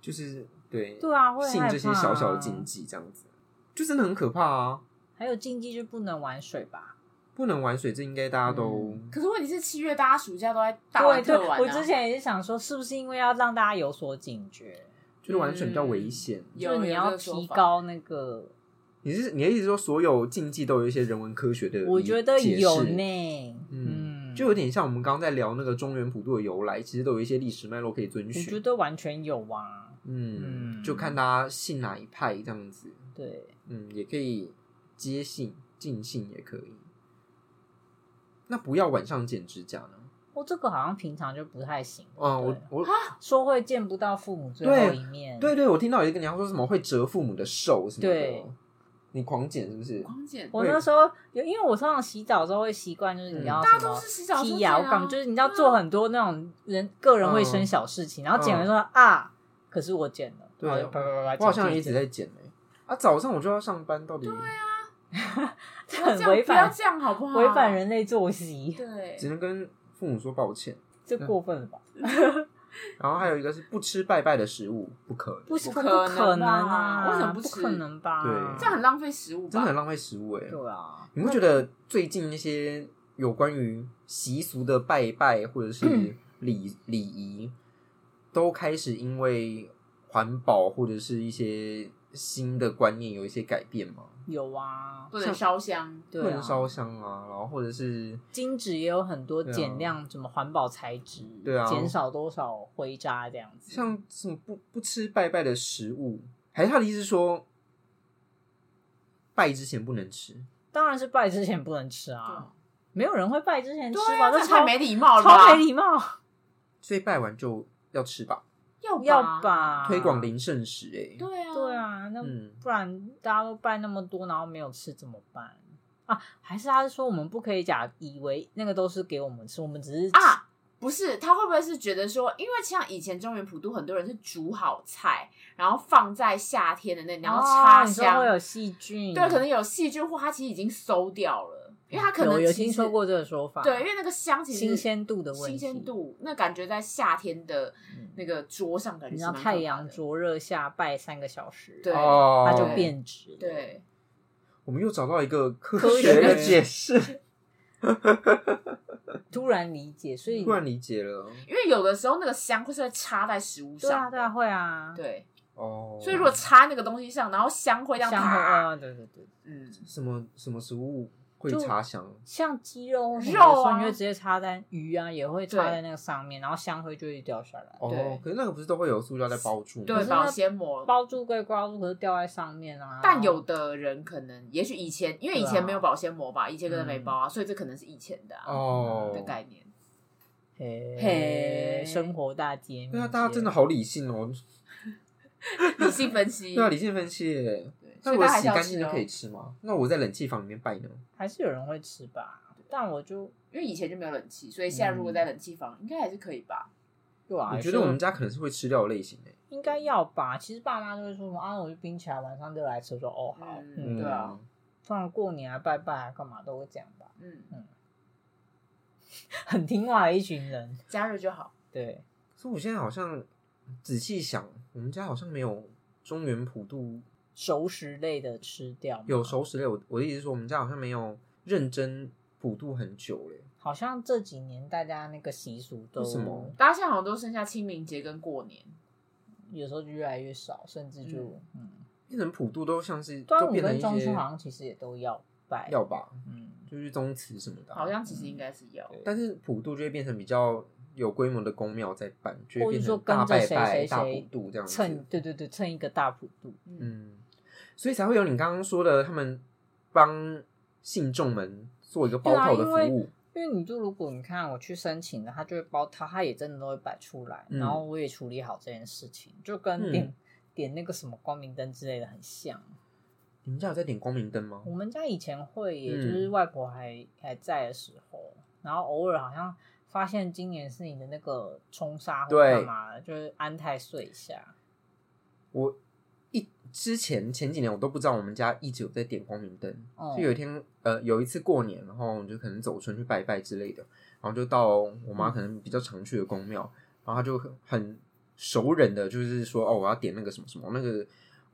S1: 就是对
S2: 对啊，会
S1: 信
S2: 害
S1: 这些
S2: 怕
S1: 小小的
S2: 啊
S1: 禁忌，这样子就真的很可怕啊！
S2: 还有禁忌就不能玩水吧？
S1: 不能玩水，这应该大家都、
S2: 嗯
S3: 可是问题是七月大家暑假都在大
S2: 对
S3: 玩
S2: 对
S3: 特，玩、啊，
S2: 我之前也是想说，是不是因为要让大家有所警觉，
S1: 就是玩水比较
S2: 嗯
S1: 危险。
S3: 有
S2: 就是你
S3: 有这
S2: 要
S3: 个说
S2: 提
S3: 法
S2: 高那个？
S1: 你是你的意思说，所有禁忌都有一些人文科学的理解释？
S2: 我觉得有呢，
S1: 嗯
S2: 嗯，
S1: 就有点像我们刚刚在聊那个中原普渡的由来，其实都有一些历史脉络可以遵
S2: 我觉
S1: 循。
S2: 得完全有啊，
S1: 嗯，
S2: 嗯
S1: 就看大家信哪一派这样子。
S2: 对，
S1: 嗯，也可以接信、尽信也可以。那不要晚上剪指甲呢？
S2: 我这个好像平常就不太行。
S1: 嗯，我
S2: 对
S1: 我
S2: 说会见不到父母最后
S1: 对
S2: 一面，
S1: 对对，我听到有一个人家说什么会折父母的手什么
S2: 对
S1: 的，你狂剪是不是？
S3: 光姐，
S2: 我那时候有，因为我通常洗澡的时候会习惯，就是
S1: 嗯
S2: 你要
S3: 大家
S2: 什
S3: 都
S2: 么
S3: 是洗澡
S2: 剔
S3: 出
S2: 牙，
S3: 来
S2: 我
S3: 啊
S2: 感觉就是你要做很多那种人个人卫
S1: 嗯
S2: 生小事情，然后剪了说啊，可是我剪了，
S1: 对
S2: 然后就叭叭叭叭，
S1: 我好像
S2: 剪
S1: 一直在剪哎、啊，早上我就要上班，到底
S2: 啊剪剪
S3: 不要这
S2: 很
S3: 样
S2: 违反
S3: 不要这样好啊不好？
S2: 违反人类作息，
S3: 对
S1: 只能跟父母说抱歉。
S2: 这过分了吧？
S1: 然后还有一个是不吃拜拜的食物，不可能，
S2: 不是
S3: 不
S2: 不可
S3: 可
S2: 能
S3: 能
S2: 啊，
S3: 吧为什么
S2: 不
S3: 不
S2: 可
S3: 吃
S2: 能吧？
S1: 对
S3: 这样很浪费食物吧？
S1: 真的很浪费食物哎、
S2: 对啊，
S1: 你会觉得最近那些有关于习俗的拜拜或者 是礼礼仪，都开始因为环保或者是一些新的观念有一些改变吗？
S2: 有啊，
S3: 不能烧香，
S1: 不
S2: 对
S1: 能
S2: 啊，
S1: 烧香啊，然后或者是
S2: 金纸也有很多
S1: 对啊
S2: 减量，什么环保材质，
S1: 对啊
S2: 减少多少灰渣这样子，
S1: 像什么不不吃拜拜的食物，还是他的意思是说，拜之前不能吃，
S2: 当然是拜之前不能吃啊，没有人会拜之前吃吧？
S3: 啊这
S2: 这
S3: 样
S2: 超
S3: 太没礼貌了吧，
S2: 超没礼貌，
S1: 所以拜完就要吃吧。
S3: 要
S2: 要
S3: 吧？
S2: 吧？
S1: 推广零圣食、欸，哎，
S3: 对啊，
S2: 啊对，啊，那
S1: 嗯，
S2: 不然大家都拜那么多，然后没有吃怎么办啊？还是他是说我们不可以假以为那个都是给我们吃，我们只是
S3: 啊，不是，他会不会是觉得说，因为像以前中原普渡很多人是煮好菜，然后放在夏天的那里，然后插
S2: 哦你说
S3: 香，
S2: 会有细菌，
S3: 对，可能有细菌或它其实已经馊掉了，因为它可能
S2: 有有
S3: 其实
S2: 听说过这个说法，
S3: 对，因为那个香其实
S2: 新鲜度的问题，
S3: 新鲜度，那感觉在夏天的
S2: 嗯
S3: 那个桌上感觉
S2: 你
S3: 是
S2: 知道
S3: 蛮
S2: 太
S3: 可怕
S2: 阳
S3: 的
S2: 灼热下拜三个小时，
S3: 对
S1: 哦
S2: 它就变质了，
S3: 对，
S1: 我们又找到一个科
S2: 科
S1: 学的
S2: 学
S1: 解释，
S2: 突然理解，所以
S1: 突然理解了。
S3: 因为有的时候那个香会是会插在食物
S2: 对啊
S3: 上，
S2: 对啊会啊，
S3: 对，
S1: 哦，
S3: 所以如果插那个东西上，然后香会这样
S2: 香菇
S3: 啪，
S2: 啊，对对对，
S3: 嗯，
S1: 什么什么食物会
S2: 就
S1: 插香？
S2: 像鸡肉或什么
S3: 肉啊
S2: 的时候，你就直接插在鱼啊，也会插
S3: 对
S2: 在那个上面，然后香灰就会掉下来。
S1: 哦
S3: 对，
S1: 可是那个不是都会有塑料袋包住吗？
S3: 对，
S2: 是
S3: 保
S2: 那
S3: 鲜膜。
S2: 包住归包住，可是掉在上面啊。
S3: 但有的人可能，也许以前，因为以
S2: 对
S3: 前
S2: 啊
S3: 没有保鲜膜吧，以前可能没
S2: 嗯
S3: 包啊，所以这可能是以前的啊
S1: 哦，
S3: 的概念。
S2: 嘿
S3: 嘿
S2: 生活大揭秘。
S1: 对啊，大家真的好理性哦，
S3: 理性分 析，
S1: 对啊，理性分析耶。
S3: 对所
S1: 那
S3: 以
S1: 我
S3: 大家还
S1: 洗
S3: 是要
S1: 干净
S3: 吃
S1: 就
S3: 哦
S1: 可以，吃吗？那我在冷气房里面拜呢？
S2: 还是有人会吃吧，但我就
S3: 因为以前就没有冷气，所以现在如果
S2: 嗯
S3: 在冷气房，应该还是可以吧？
S2: 对啊，
S1: 我觉
S2: 就
S1: 得我们家可能是会吃掉的类型诶。
S2: 应该要吧。其实爸妈都会说什么啊，我就冰起来，晚上热来吃。我说哦好，
S3: 嗯，
S2: 嗯，
S3: 对啊，
S2: 通常过年啊、拜拜啊、干嘛都会这样吧，
S3: 嗯，
S2: 很听话的一群人。
S3: 加热就好。
S2: 对，
S1: 所以我现在好像仔细想，我们家好像没有中原普渡
S2: 熟食类的吃掉吗，
S1: 有熟食类。我我的意思是说，我们家好像没有认真普渡很久嘞。
S2: 好像这几年大家那个习俗都
S1: 为什么
S3: 大家现在好像都剩下清明节跟过年，
S2: 有时候就越来越少，甚至就嗯，
S1: 变成普渡都像是
S2: 端
S1: 就
S2: 午
S1: 变成
S2: 跟
S1: 一
S2: 中秋
S1: 些
S2: 好像其实也都要拜，
S1: 要吧，
S2: 嗯，
S1: 就是宗祠什么的啊。
S3: 好像其实应该是要。
S1: 但是普渡就会变成比较有规模的宫庙在办，就
S2: 或
S1: 会
S2: 者
S1: 变
S2: 说
S1: 成
S2: 跟
S1: 大
S2: 着
S1: 拜
S2: 谁谁
S1: 拜、大普
S2: 谁
S1: 渡这样子。
S2: 蹭，对对对，蹭一个大普渡，
S3: 嗯，
S1: 嗯，所以才会有你刚刚说的，他们帮信众们做一个包套的
S2: 对啊因为
S1: 服务。
S2: 因为你就如果你看我去申请了，他就会包套，他也真的都会摆出来，
S1: 嗯
S2: 然后我也处理好这件事情，就
S1: 嗯
S2: 跟点、点那个什么光明灯之类的很像。
S1: 你们家有在点光明灯吗
S2: 我？们家以前会耶，
S1: 嗯
S2: 就是外婆还还在的时候，然后偶尔好像发现今年是你的那个冲杀或
S1: 对
S2: 干嘛的，就是安太岁一下。
S1: 我一之前前几年我都不知道我们家一直有在点光明灯，
S2: 哦
S1: 就有一天呃有一次过年，然后我就可能走村去拜拜之类的，然后就到我
S2: 嗯
S1: 妈可能比较常去的宫庙，然后她就很熟人的就是说哦我要点那个什么什么那个。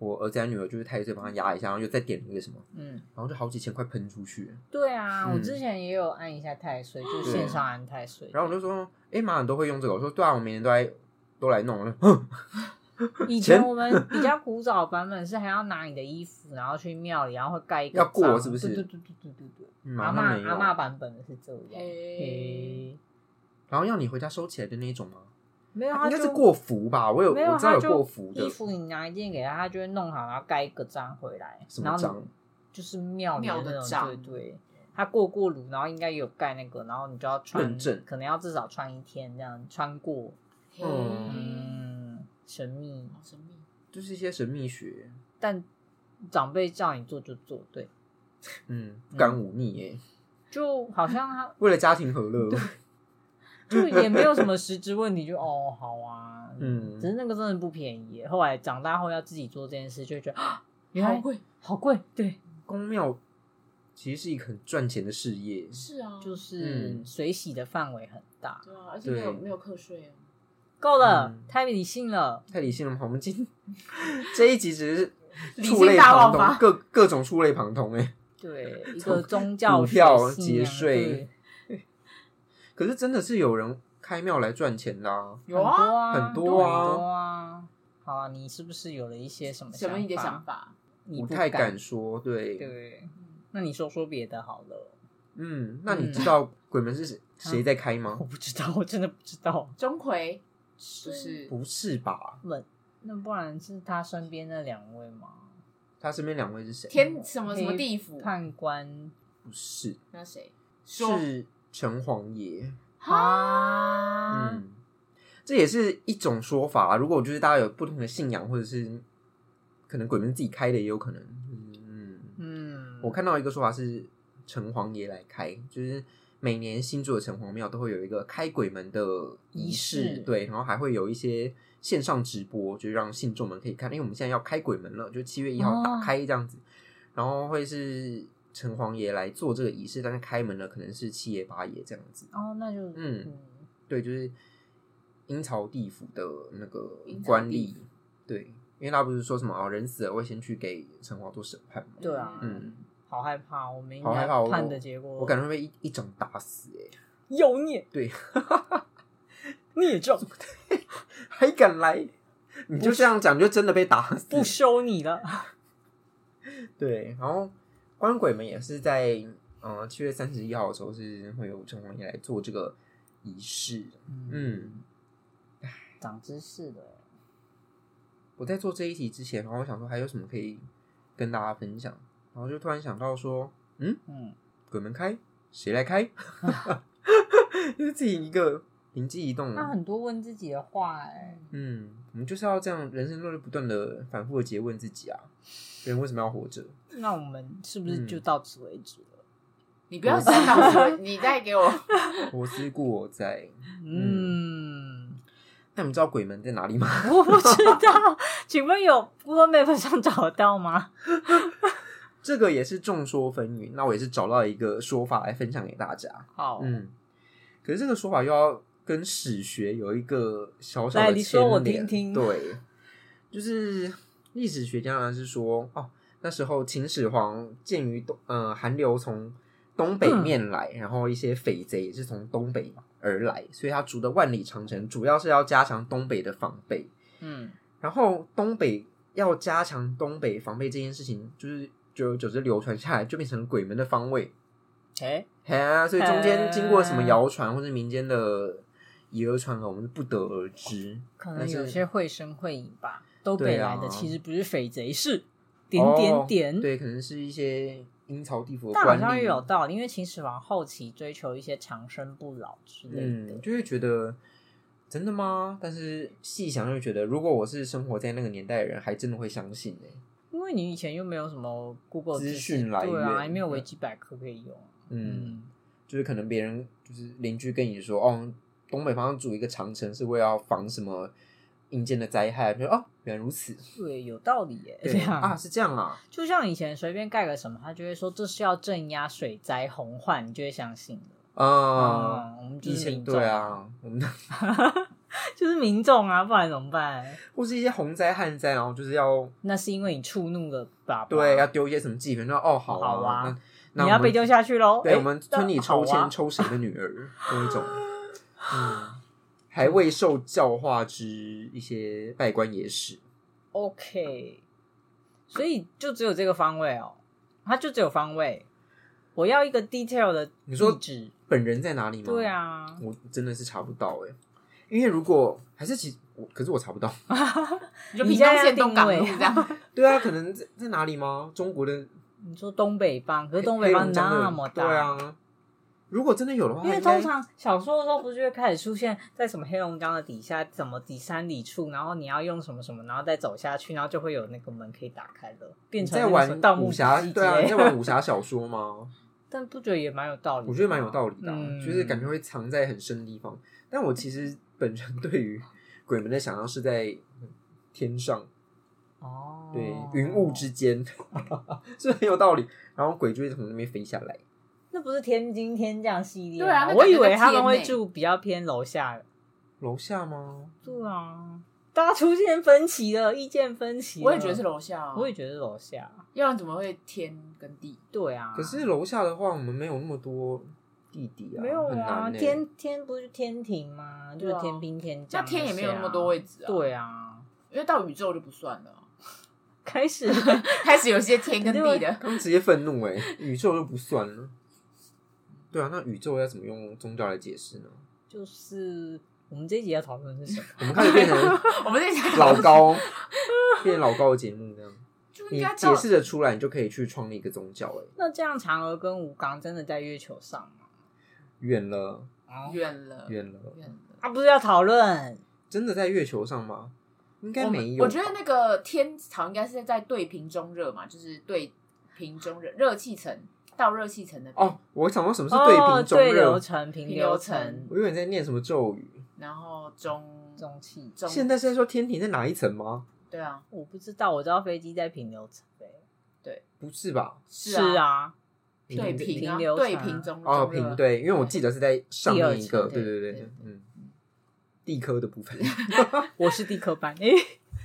S1: 我儿子啊女儿就是太岁帮他压一下，然后又再点一个什么，
S2: 嗯，
S1: 然后就好几千块喷出去。
S2: 对啊，
S1: 嗯
S2: 我之前也有按一下太岁，就是线上安太岁。
S1: 然后我就说：“哎、妈，你都会用这个？”我说：“对啊，我每年都来都来弄。”我 就哼
S2: 以前我们比 较古早版本是还要拿你的衣服，然后去庙里，然后会盖一个
S1: 要过
S2: 章
S1: 是不是
S2: 对对对对对对对。
S1: 嗯
S2: 阿
S1: 马
S2: 妈
S1: 上没有
S2: 阿妈版本的是这样，
S3: 嘿
S2: 嘿
S1: 然后要你回家收起来的那一种吗？
S2: 没有，
S1: 啊应
S2: 他
S1: 该
S2: 就是
S1: 过服吧？我有
S2: 没有，
S1: 我知道有
S2: 他就
S1: 过服的
S2: 衣服，你拿一件给他，他就会弄好，然后盖一个章回来，
S1: 什
S2: 然
S1: 么
S2: 后
S1: 章
S2: 你？就是庙里
S3: 庙的
S2: 那种
S3: 章
S2: 对对。他过过炉，然后应该也有盖那个，然后你就要穿
S1: 认证，
S2: 可能要至少穿一天这样穿过，
S3: 嗯，
S2: 嗯，神秘。
S3: 好神秘。
S1: 就是一些神秘学，
S2: 但长辈叫你做就做，对，
S1: 嗯，不敢忤逆耶、
S2: 就好像 他
S1: 为了家庭和乐，
S2: 就也没有什么实质问题，就哦好啊，
S1: 嗯
S2: 只是那个真的不便宜耶。后来长大后要自己做这件事，就会觉得啊， 原
S3: 好
S2: 来
S3: 贵，
S2: 好贵，对，
S1: 宫庙其实是一个很赚钱的事业，
S3: 是啊，
S2: 就是
S1: 嗯
S2: 水洗的范围很大，
S3: 对啊，而且没有
S1: 对
S3: 没有课税啊。
S2: 够了，
S1: 嗯
S2: 太理性了。
S1: 太理性了嘛。我们今这一集只是
S3: 理性
S1: 触类
S3: 大
S1: 旁
S3: 爆
S1: 通
S3: 发，
S1: 各各种触类旁通哎、
S2: 对，一个宗教
S1: 股
S2: 学
S1: 票
S2: 信
S1: 节
S2: 仰
S1: 税 可是真的是有人开庙来赚钱的、啊，
S2: 对很
S3: 有
S2: 多
S3: 啊，
S2: 啊，
S1: 很
S2: 很
S1: 多啊
S2: 很多啊。好啊，你是不是有了一些什么
S3: 什么你的想
S2: 想法？
S3: 法？
S2: 你
S1: 不
S2: 不
S1: 太
S2: 敢
S1: 敢说，对，
S2: 对，
S3: 嗯
S2: 那你说说别的好了。
S1: 嗯，那你
S2: 嗯
S1: 知道鬼门是谁谁在开吗
S2: 我？不知道，我真的不知道。
S3: 钟馗
S2: 是
S3: 不是
S1: 不是吧？
S2: 那不然是他身边那两位吗？
S1: 他身边两位是谁？
S3: 天什么什么地府？
S2: 判官
S1: 不是，
S3: 那谁说
S1: 是城隍爷。
S3: 啊？
S1: 嗯，这也是一种说法。如果就是大家有不同的信仰，或者是可能鬼门自己开的，也有可能。嗯，
S2: 嗯，
S1: 我看到一个说法是城隍爷来开，就是每年新竹的城隍庙都会有一个开鬼门的仪
S2: 仪
S1: 式，
S2: 式
S1: 对，然后还会有一些线上直播，就是让信众们可以看，因哎为我们现在要开鬼门了，就七月一号
S2: 哦
S1: 打开这样子，然后会是城隍爷来做这个仪式，但是开门了可能是七爷八爷这样子，
S2: 哦，那就
S1: 嗯对，就是阴曹地府的那个
S3: 阴曹
S1: 官
S3: 地
S1: 吏，对，因为他不是说什么哦，人死了会先去给城隍做审判吗？
S2: 对啊，
S1: 嗯，
S2: 好害怕，我嗯们应
S1: 好害
S2: 该
S1: 怕我
S2: 判的结果，
S1: 我感觉会被一一掌打死哎、
S2: 妖 孽
S1: 对，
S2: 孽障，
S1: 还敢来？你就这样讲，你就真的被打死。
S2: 不收你了。
S1: 对，然后关鬼门也是在呃七月三十一号的时候是会有城隍爷来做这个仪式。嗯，
S2: 长知识了。
S1: 我在做这一题之前，然后我想说还有什么可以跟大家分享，然后就突然想到说，嗯，
S2: 嗯，
S1: 鬼门开，谁来开？ 就是自己一个灵机一动。
S2: 那很多问自己的话、哎，
S1: 嗯，我们就是要这样，人生都是不断的反复的诘问自己啊，人为什么要活着？
S2: 那我们是不是
S1: 嗯
S2: 就到此为止了？
S3: 你不要知 道，你再给我
S1: 我思故我在。
S2: 嗯，
S1: 那你们知道鬼门在哪里吗？
S2: 我不知道， 请问有 Google Map 上找得到吗？
S1: 这个也是众说纷纭。那我也是找到一个说法来分享给大家。
S2: 好，
S1: 嗯，可是这个说法又要跟史学有一个小小
S2: 来
S1: 的
S2: 你
S1: 牵
S2: 说我
S1: 连
S2: 听听
S1: 对，就是历史学家呢是说，哦，那时候秦始皇鉴于东呃韩流从东北
S2: 嗯
S1: 面来，然后一些匪贼也是从东北而来，所以他筑的万里长城主要是要加强东北的防备。
S2: 嗯
S1: 然后东北要加强东北防备这件事情，就是久而久之流传下来，就变成了鬼门的方位。
S2: 哎、
S1: 嘿啊，所以中
S2: 嘿
S1: 间经过什么谣传或是民间的以讹传讹，我们是不得而知。
S2: 哦可能
S1: 但是
S2: 有些会声会影吧。都
S1: 对
S2: 北
S1: 啊哦
S2: 来的其实不是匪贼，是点点点。
S1: 哦对，可能是一些阴曹地府的
S2: 但好
S1: 官
S2: 像
S1: 吏
S2: 又有道理，因为秦始皇后期追求一些长生不老之类的。
S1: 嗯，就会觉得真的吗？但是细想又觉得，如果我是生活在那个年代的人，还真的会相信欸呢、
S2: 因为你以前又没有什么 Google
S1: 资
S2: 知识
S1: 讯来源
S2: 对啊，也没有维基百科可以用。啊
S1: 嗯，就是可能别人就是邻居跟你说，哦，东北方向筑一个长城是为了要防什么阴间的灾害，就说哦，原来如此，
S2: 对，有道理耶。
S1: 对
S2: 啊，
S1: 啊，是这样啊，
S2: 就像以前随便盖个什么，他就会说这是要镇压水灾洪患，你就会相信了。
S1: 啊、
S2: 嗯，我们就
S1: 以
S2: 是
S1: 前
S2: 民众，
S1: 对，啊，我们的
S2: 就是民众啊，不然怎么办？
S1: 或是一些洪灾旱灾，然后就是要
S2: 那是因为你触怒了爸爸，
S1: 对要丢一些什么祭品，说哦好啊，
S2: 啊好啊
S1: 那那
S2: 你要
S1: 我们
S2: 被丢下去喽。
S1: 对
S2: 诶
S1: 我们村里抽
S2: 好
S1: 签
S2: 啊
S1: 抽谁的女 儿那一种，嗯，还未受教化之一些拜官野史，
S2: OK，所以就只有这个方位哦，它就只有方位。我要一个 detail 的
S1: 你说
S2: 地址，
S1: 本人在哪里吗？
S2: 对啊，
S1: 我真的是查不到哎、因为如果还是其我，可是我查不到。
S3: 你就
S2: 你
S3: 屏
S2: 现
S3: 东
S2: 在要
S3: 县东港路
S2: 定位
S3: 这 样，
S1: 对啊，可能在在哪里吗？中国的
S2: 你说东北方，可是
S1: 黑
S2: 东北方
S1: 黑龙江的
S2: 那么大，
S1: 对啊。如果真的有的话，
S2: 因为
S1: 它应该
S2: 通常小说的时候不是就会开始出现在什么黑龙江的底下，什么第三里处，然后你要用什么什么，然后再走下去，然后就会有那个门可以打开了，变
S1: 你
S2: 成
S1: 在
S2: 那个什么
S1: 玩
S2: 盗墓
S1: 武
S2: 笔
S1: 侠，
S2: 记
S1: 对啊，
S2: 之
S1: 你
S2: 类
S1: 在
S2: 的
S1: 玩武侠小说 吗？
S2: 但不觉得也蛮有道理的吗，
S1: 我觉得蛮有道理的啊、
S2: 嗯
S1: 就是感觉会藏在很深的地方。但我其实本人对于鬼门的想象是在天上，
S2: 哦，
S1: 对云雾之间， 是很有道理。然后鬼就会从那边飞下来。
S2: 那不是天津天降系列吗？
S3: 对啊那
S2: 我
S3: 感觉
S2: 以为
S3: 在
S2: 他们
S3: 天
S2: 会
S3: 欸
S2: 住比较偏楼下的。
S1: 楼下吗？
S2: 对啊，大家出现分歧了，意见分歧了。
S3: 我也觉得是楼下啊，
S2: 我也觉得是楼下。
S3: 要不然怎么会天跟地？
S2: 对啊，
S1: 可是楼下的话，我们没有那么多弟弟啊，
S2: 没有
S1: 很
S2: 啊，
S1: 难、欸、
S2: 天天不是天庭吗？就
S3: 对啊
S2: 是天兵天
S3: 那
S2: 将，
S3: 天也没有那么多位。置啊，
S2: 对啊，
S3: 因为到宇宙就不算了，
S2: 开始
S3: 开始有些天跟 地的，
S1: 刚直接愤怒哎、宇宙就不算了。对啊，那宇宙要怎么用宗教来解释呢？
S2: 就是我们这一集要讨论的是什么？
S1: 我们开始变成
S3: 我们在 讲
S1: 老高，变老高的节目这样，
S3: 就应
S1: 你
S3: 该
S1: 解
S3: 到
S1: 释的出来，你就可以去创立一个宗教哎、
S2: 那这样嫦娥跟吴刚真的在月球上吗？
S1: 远了，
S2: 哦
S3: 远了，
S1: 远了，
S3: 远了。
S2: 啊，不是要讨论
S1: 真的在月球上吗？应该
S3: 我
S1: 没
S3: 们
S1: 有
S3: 我觉得那个天草应该是在对瓶中热嘛，就是对瓶中热热气层到热气层那边，
S1: 哦，我想说什么是对
S2: 哦
S1: 瓶中
S2: 对
S1: 热，
S2: 流程、平
S3: 平
S2: 流
S3: 流
S2: 层
S3: 层、
S1: 我以为你在念什么咒语。
S3: 然后中
S2: 中气
S3: 中
S1: 现在是在说天庭在哪一层吗？
S3: 对啊
S2: 我不知道，我知道飞机在平流层呗。
S1: 不是吧？
S3: 是
S2: 是
S3: 啊
S2: 啊，
S3: 对瓶
S2: 平
S3: 啊
S2: 流层
S3: 对瓶中
S1: 哦，
S3: 中热
S1: 平对，因为我记得是在上面一个，
S3: 第
S1: 对对
S3: 二层对对
S1: 对，嗯，地科的部分
S2: 我是地科班，哎、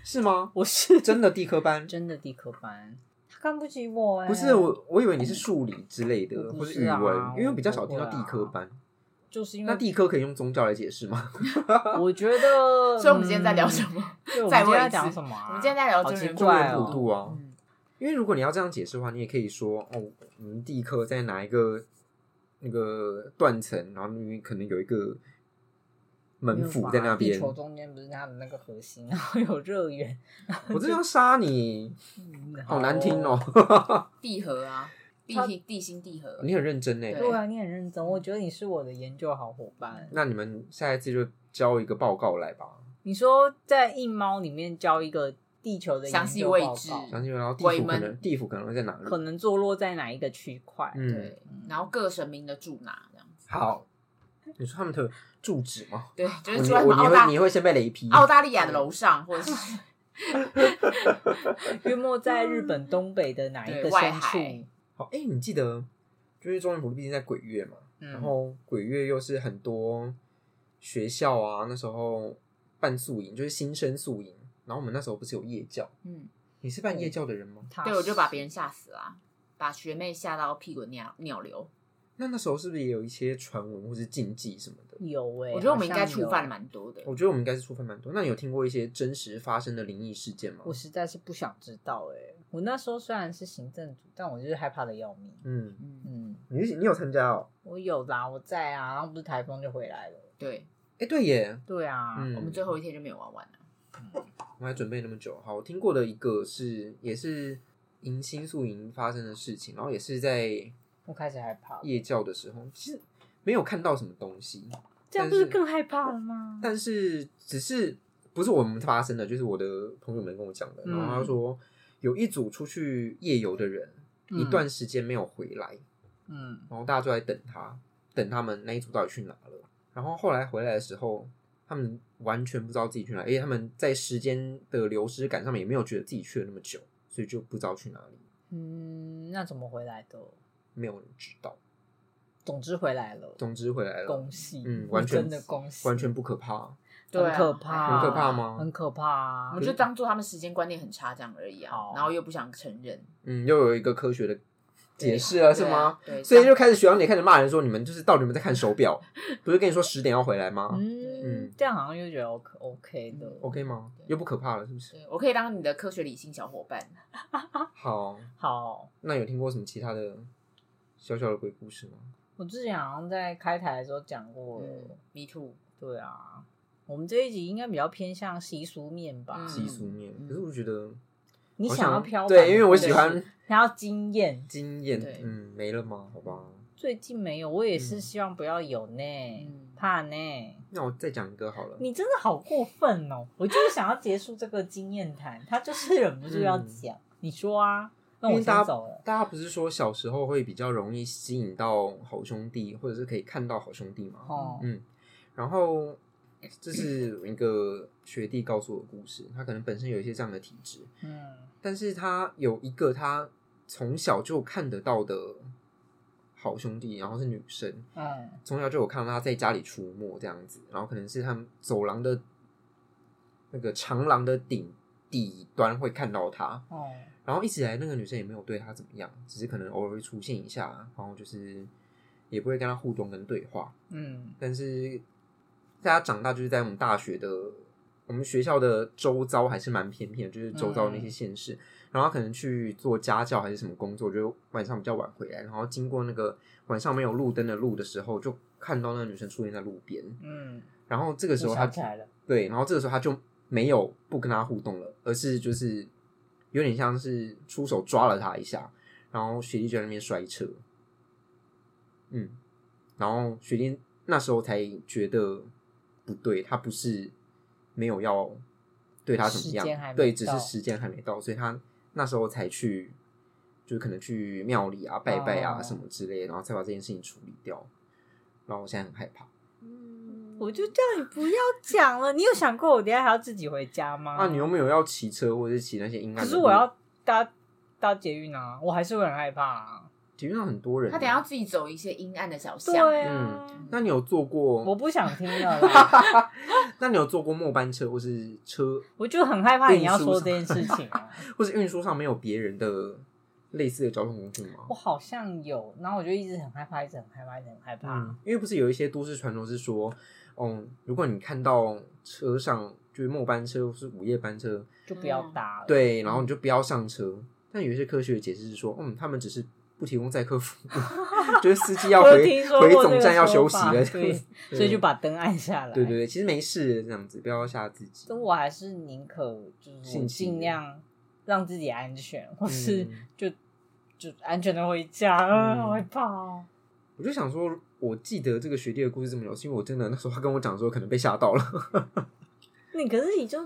S1: 是吗？
S2: 我是
S1: 真的地科班？
S2: 真的地科班，他看不起我哎、
S3: 欸
S1: 不是，我我以为你是数理之类的，
S2: 我
S1: 或
S2: 不
S1: 者
S2: 是
S1: 语
S2: 啊
S1: 文，因为比较少听到
S2: 我不
S1: 地
S2: 会啊
S1: 科班。
S2: 就是因
S1: 那
S2: 为
S1: 地科可以用宗教来解释吗？
S2: 我觉得，
S3: 所以我们今天在聊什
S2: 么？
S3: 么？
S2: 对，我们
S3: 再
S2: 今天
S3: 问
S2: 在
S3: 一
S2: 讲
S3: 次
S2: 什么啊？
S3: 我们今天在聊
S2: 好
S3: 真
S2: 奇
S3: 人
S1: 中
S2: 怪
S1: 原
S2: 哦
S1: 普。渡啊，
S3: 嗯
S1: 因为如果你要这样解释的话，你也可以说哦，我们地科在哪一个那个断层，然后那边可能有一个门
S2: 没有
S1: 府
S2: 吧
S1: 在那
S2: 地
S1: 边，
S2: 球中间不是它的那个核心，然后有热源，
S1: 我真的要杀你，
S2: 嗯
S1: 好难听。哦！
S3: 地核啊，
S2: 它
S3: 地地心地核，
S1: 你很认 真呢。欸
S3: 对
S2: 对啊，你很认真，我觉得你是我的研究好伙伴。
S1: 那你们下一次就交一个报告来吧，
S2: 你说在一猫里面教一个地球的研究
S3: 详细位
S2: 报告
S3: 置
S1: 相信然后地
S3: 鬼
S1: 府可
S3: 门
S1: 能地府可能会在哪
S2: 可
S1: 里？
S2: 能坐落在哪一个区块？
S1: 嗯，
S3: 对，然后各神明的住哪这样子，
S1: 好，你说他们的住址吗？
S3: 对，就
S1: 哦
S3: 是
S1: 你
S3: 住在什么
S1: 我你
S3: 澳
S1: 会
S3: 大
S1: 你会先被雷劈。
S3: 澳大利亚的楼上，或者是
S2: 约莫在日本东北的哪一
S3: 对
S2: 个
S3: 外
S2: 深
S3: 海
S2: 处？
S1: 好，哎，你记得就是中原普渡毕竟在鬼月嘛，然
S3: 嗯，
S1: 后鬼月又是很多学校啊，那时候办宿营，就是新生宿营。然后我们那时候不是有夜教，
S3: 嗯，
S1: 你是办夜教的人吗？
S2: 它
S3: 对，我就把别
S2: 人
S3: 人吓死啦，把学妹吓到屁滚尿尿流，
S1: 那那时候是不是也有一些传闻或是禁忌什么的？
S2: 有哎、
S3: 我觉得我们应该触犯
S2: 嘛。
S3: 蛮多的，
S1: 我觉得我们应该是触犯蛮多。那你有听过一些真实发生的灵异事件吗？
S2: 我实在是不想知道哎、我那时候虽然是行政组，但我就是害怕的要命。
S1: 嗯，
S3: 嗯，
S2: 嗯，
S1: 你是你有参加哦？
S2: 我有啦，我在啊，然后不是台风就回来了。
S3: 对
S1: 哎，对耶，
S2: 对啊，
S1: 嗯
S3: 我们最后一天就没有玩完了，
S1: 我还准备那么久。好，我听过的一个是也是迎新宿营发生的事情，然后也是在
S2: 我开始害怕了，
S1: 夜教的时候，其实没有看到什么东西，
S2: 这样不是更害怕了吗？
S1: 但是只是不是我们发生的，就是我的朋友们跟我讲的。然
S2: 嗯
S1: 后他说，有一组出去夜游的人，
S2: 嗯
S1: 一段时间没有回来，
S2: 嗯，
S1: 然后大家就在等他，等他们那一组到底去哪了。然后后来回来的时候，他们完全不知道自己去哪，而且他们在时间的流失感上面也没有觉得自己去了那么久，所以就不知道去哪里，
S2: 嗯，那怎么回来的？
S1: 没有人知道。
S2: 总之回来了，
S1: 总之回来了
S2: 恭，喜，
S1: 嗯完全
S2: 真的恭喜，
S1: 完全不可怕，
S3: 对啊
S2: 很可怕，
S1: 很可怕吗
S2: 很可怕啊，
S3: 我们就当做他们时间观念很差这样而已啊
S2: 好，
S3: 然后又不想承认，
S1: 嗯，又有一个科学的解释了，是
S3: 对
S1: 吗
S3: 啊？？对，
S1: 所以
S3: 这样
S1: 就开始学长姐开始骂人说你们就是到底有没有在看手 表？不是跟你说十点要回来吗、
S2: 嗯
S1: 嗯，
S2: 这样好像又觉得 OK OK 的
S3: 嗯
S1: o k 吗？又不可怕了是不是？
S3: 对我可以当你的科学理性小伙伴，啊
S1: 好，
S2: 好。
S1: 那有听过什么其他的小小的鬼故事吗？
S2: 我之前好像在开台的时候讲过了，
S3: 嗯，me too，
S2: 对啊，我们这一集应该比较偏向习俗面吧？
S3: 嗯
S1: 习俗面，
S3: 嗯
S1: 可是我觉得
S2: 你
S1: 我
S2: 想要飘
S1: 对，
S2: 摆
S1: 因为我
S2: 或
S1: 喜
S2: 者
S1: 欢
S2: 是想要经验。
S1: 经验
S3: 对，
S1: 嗯，没了吗？好吧，
S2: 最近没有，我也是
S1: 嗯
S2: 希望不要有呢，
S3: 嗯
S2: 怕呢。
S1: 那我再讲一个好了。
S2: 你真的好过分哦！我就是想要结束这个经验谈，他就是忍不住要
S1: 嗯
S2: 讲。你说啊，那
S1: 因
S2: 我
S1: 为大
S2: 先
S1: 家
S2: 走了。
S1: 大家不是说小时候会比较容易吸引到好兄弟，或者是可以看到好兄弟吗？
S2: 哦，
S1: 嗯，然后这是一个学弟告诉我的故事，他可能本身有一些这样的体质，
S2: 嗯
S1: 但是他有一个他从小就看得到的好兄弟，然后是女生，
S2: 嗯
S1: 从小就有看到他在家里出没这样子，然后可能是他们走廊的那个长廊的顶底端会看到他，
S2: 哦，
S1: 然后一直以来那个女生也没有对他怎么样，只是可能偶尔会出现一下，啊然后就是也不会跟他互动跟对话，
S2: 嗯
S1: 但是大家长大就是在我们大学的我们学校的周遭还是蛮偏僻的，就是周遭
S2: 嗯
S1: 那些县市，然后他可能去做家教还是什么工作，就晚上比较晚回来，然后经过那个晚上没有路灯的路的时候，就看到那个女生出现在路边，
S2: 嗯，
S1: 然后这个
S2: 这
S1: 时候他
S2: 起来了，
S1: 对，然后这个时候他就没有不跟他互动了，而是就是有点像是出手抓了他一下，然后学弟就在那边摔车，嗯，然后学弟那时候才觉得不对，他不是没有要对他怎么
S2: 时间还
S1: 样，
S2: 没
S1: 对，只
S2: 到
S1: 是时间还没到，所以他那时候才去，就可能去庙里啊拜拜啊
S2: 哦
S1: 什么之类的，然后才把这件事情处理掉。然后我现在很害
S2: 哦
S1: 怕。
S2: 我就叫你不要讲了。你有想过我等一下还要自己回家吗？
S1: 啊，你有没有要骑车或者是骑那些阴暗的
S2: 可
S1: 路？
S2: 是我要搭搭捷运啊，我还是会很害怕啊。
S1: 体育上很多人。
S3: 他等一下要，自己走一些阴暗的小巷，
S2: 对啊
S1: 啊，那你有坐
S2: 我
S1: 过？
S2: 不想听了啦，
S1: 那你有坐过末班车或是车，
S2: 我就很害怕你要说这件事情啊。
S1: 或是运输上没有别人的类似的交通工具吗
S2: 我？好像有，然后我就一直很害怕，一直很害怕，一直很害怕。
S1: 嗯，因为不是有一些都市传说是说，嗯，如果你看到车上就是末班车或是午夜班车，
S2: 就不要搭了。
S1: 对，然后你就不要上车。但有一些科学的解释是说，嗯，他们只是不提供载客服务， 就是司机要
S2: 我有
S1: 回
S2: 听说过
S1: 回
S2: 这个
S1: 总站要休息
S2: 说法
S1: 了，
S2: 对
S1: 这样子
S2: 所以就把灯按下 来。
S1: 嗯对对对，其实没事这样子，不要吓自己
S2: 但。我还是宁可就是我
S1: 信心
S2: 尽量让自己安全，或 是
S1: 嗯
S2: 就、就安全的回家。啊，
S1: 嗯
S2: 好害怕哦！
S1: 我就想说，我记得这个学弟的故事这么久，是因为我真的那时候他跟我讲说，可能被吓到了。
S2: 你可是你就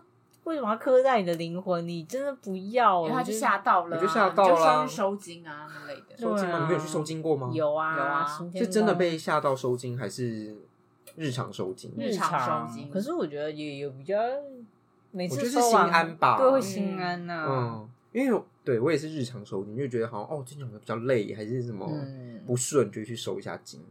S2: 为什么要刻在你的灵魂？你真的不要、
S3: 因为
S2: 你
S3: 他就
S2: 就
S3: 吓到了啊，
S1: 我就吓到
S3: 你
S1: 了
S3: 就
S1: 啊
S3: 上去收金啊那类的。
S1: 收金吗？
S2: 对啊
S1: 你们有去收金过吗？，
S2: 有啊
S3: 有啊
S2: 刑天
S1: 是嗯真的
S2: 宫
S1: 被吓到收金，还是日常收金？
S3: 日常收金
S2: 可是我觉得也有比较，每
S1: 我
S2: 次
S1: 就是
S2: 收完
S1: 心安吧
S2: 对，会心安呐、
S1: 嗯，因为我对我也是日常收金，就觉得好像哦，最近好像比较累，还是什么
S2: 嗯
S1: 不顺，就去收一下金。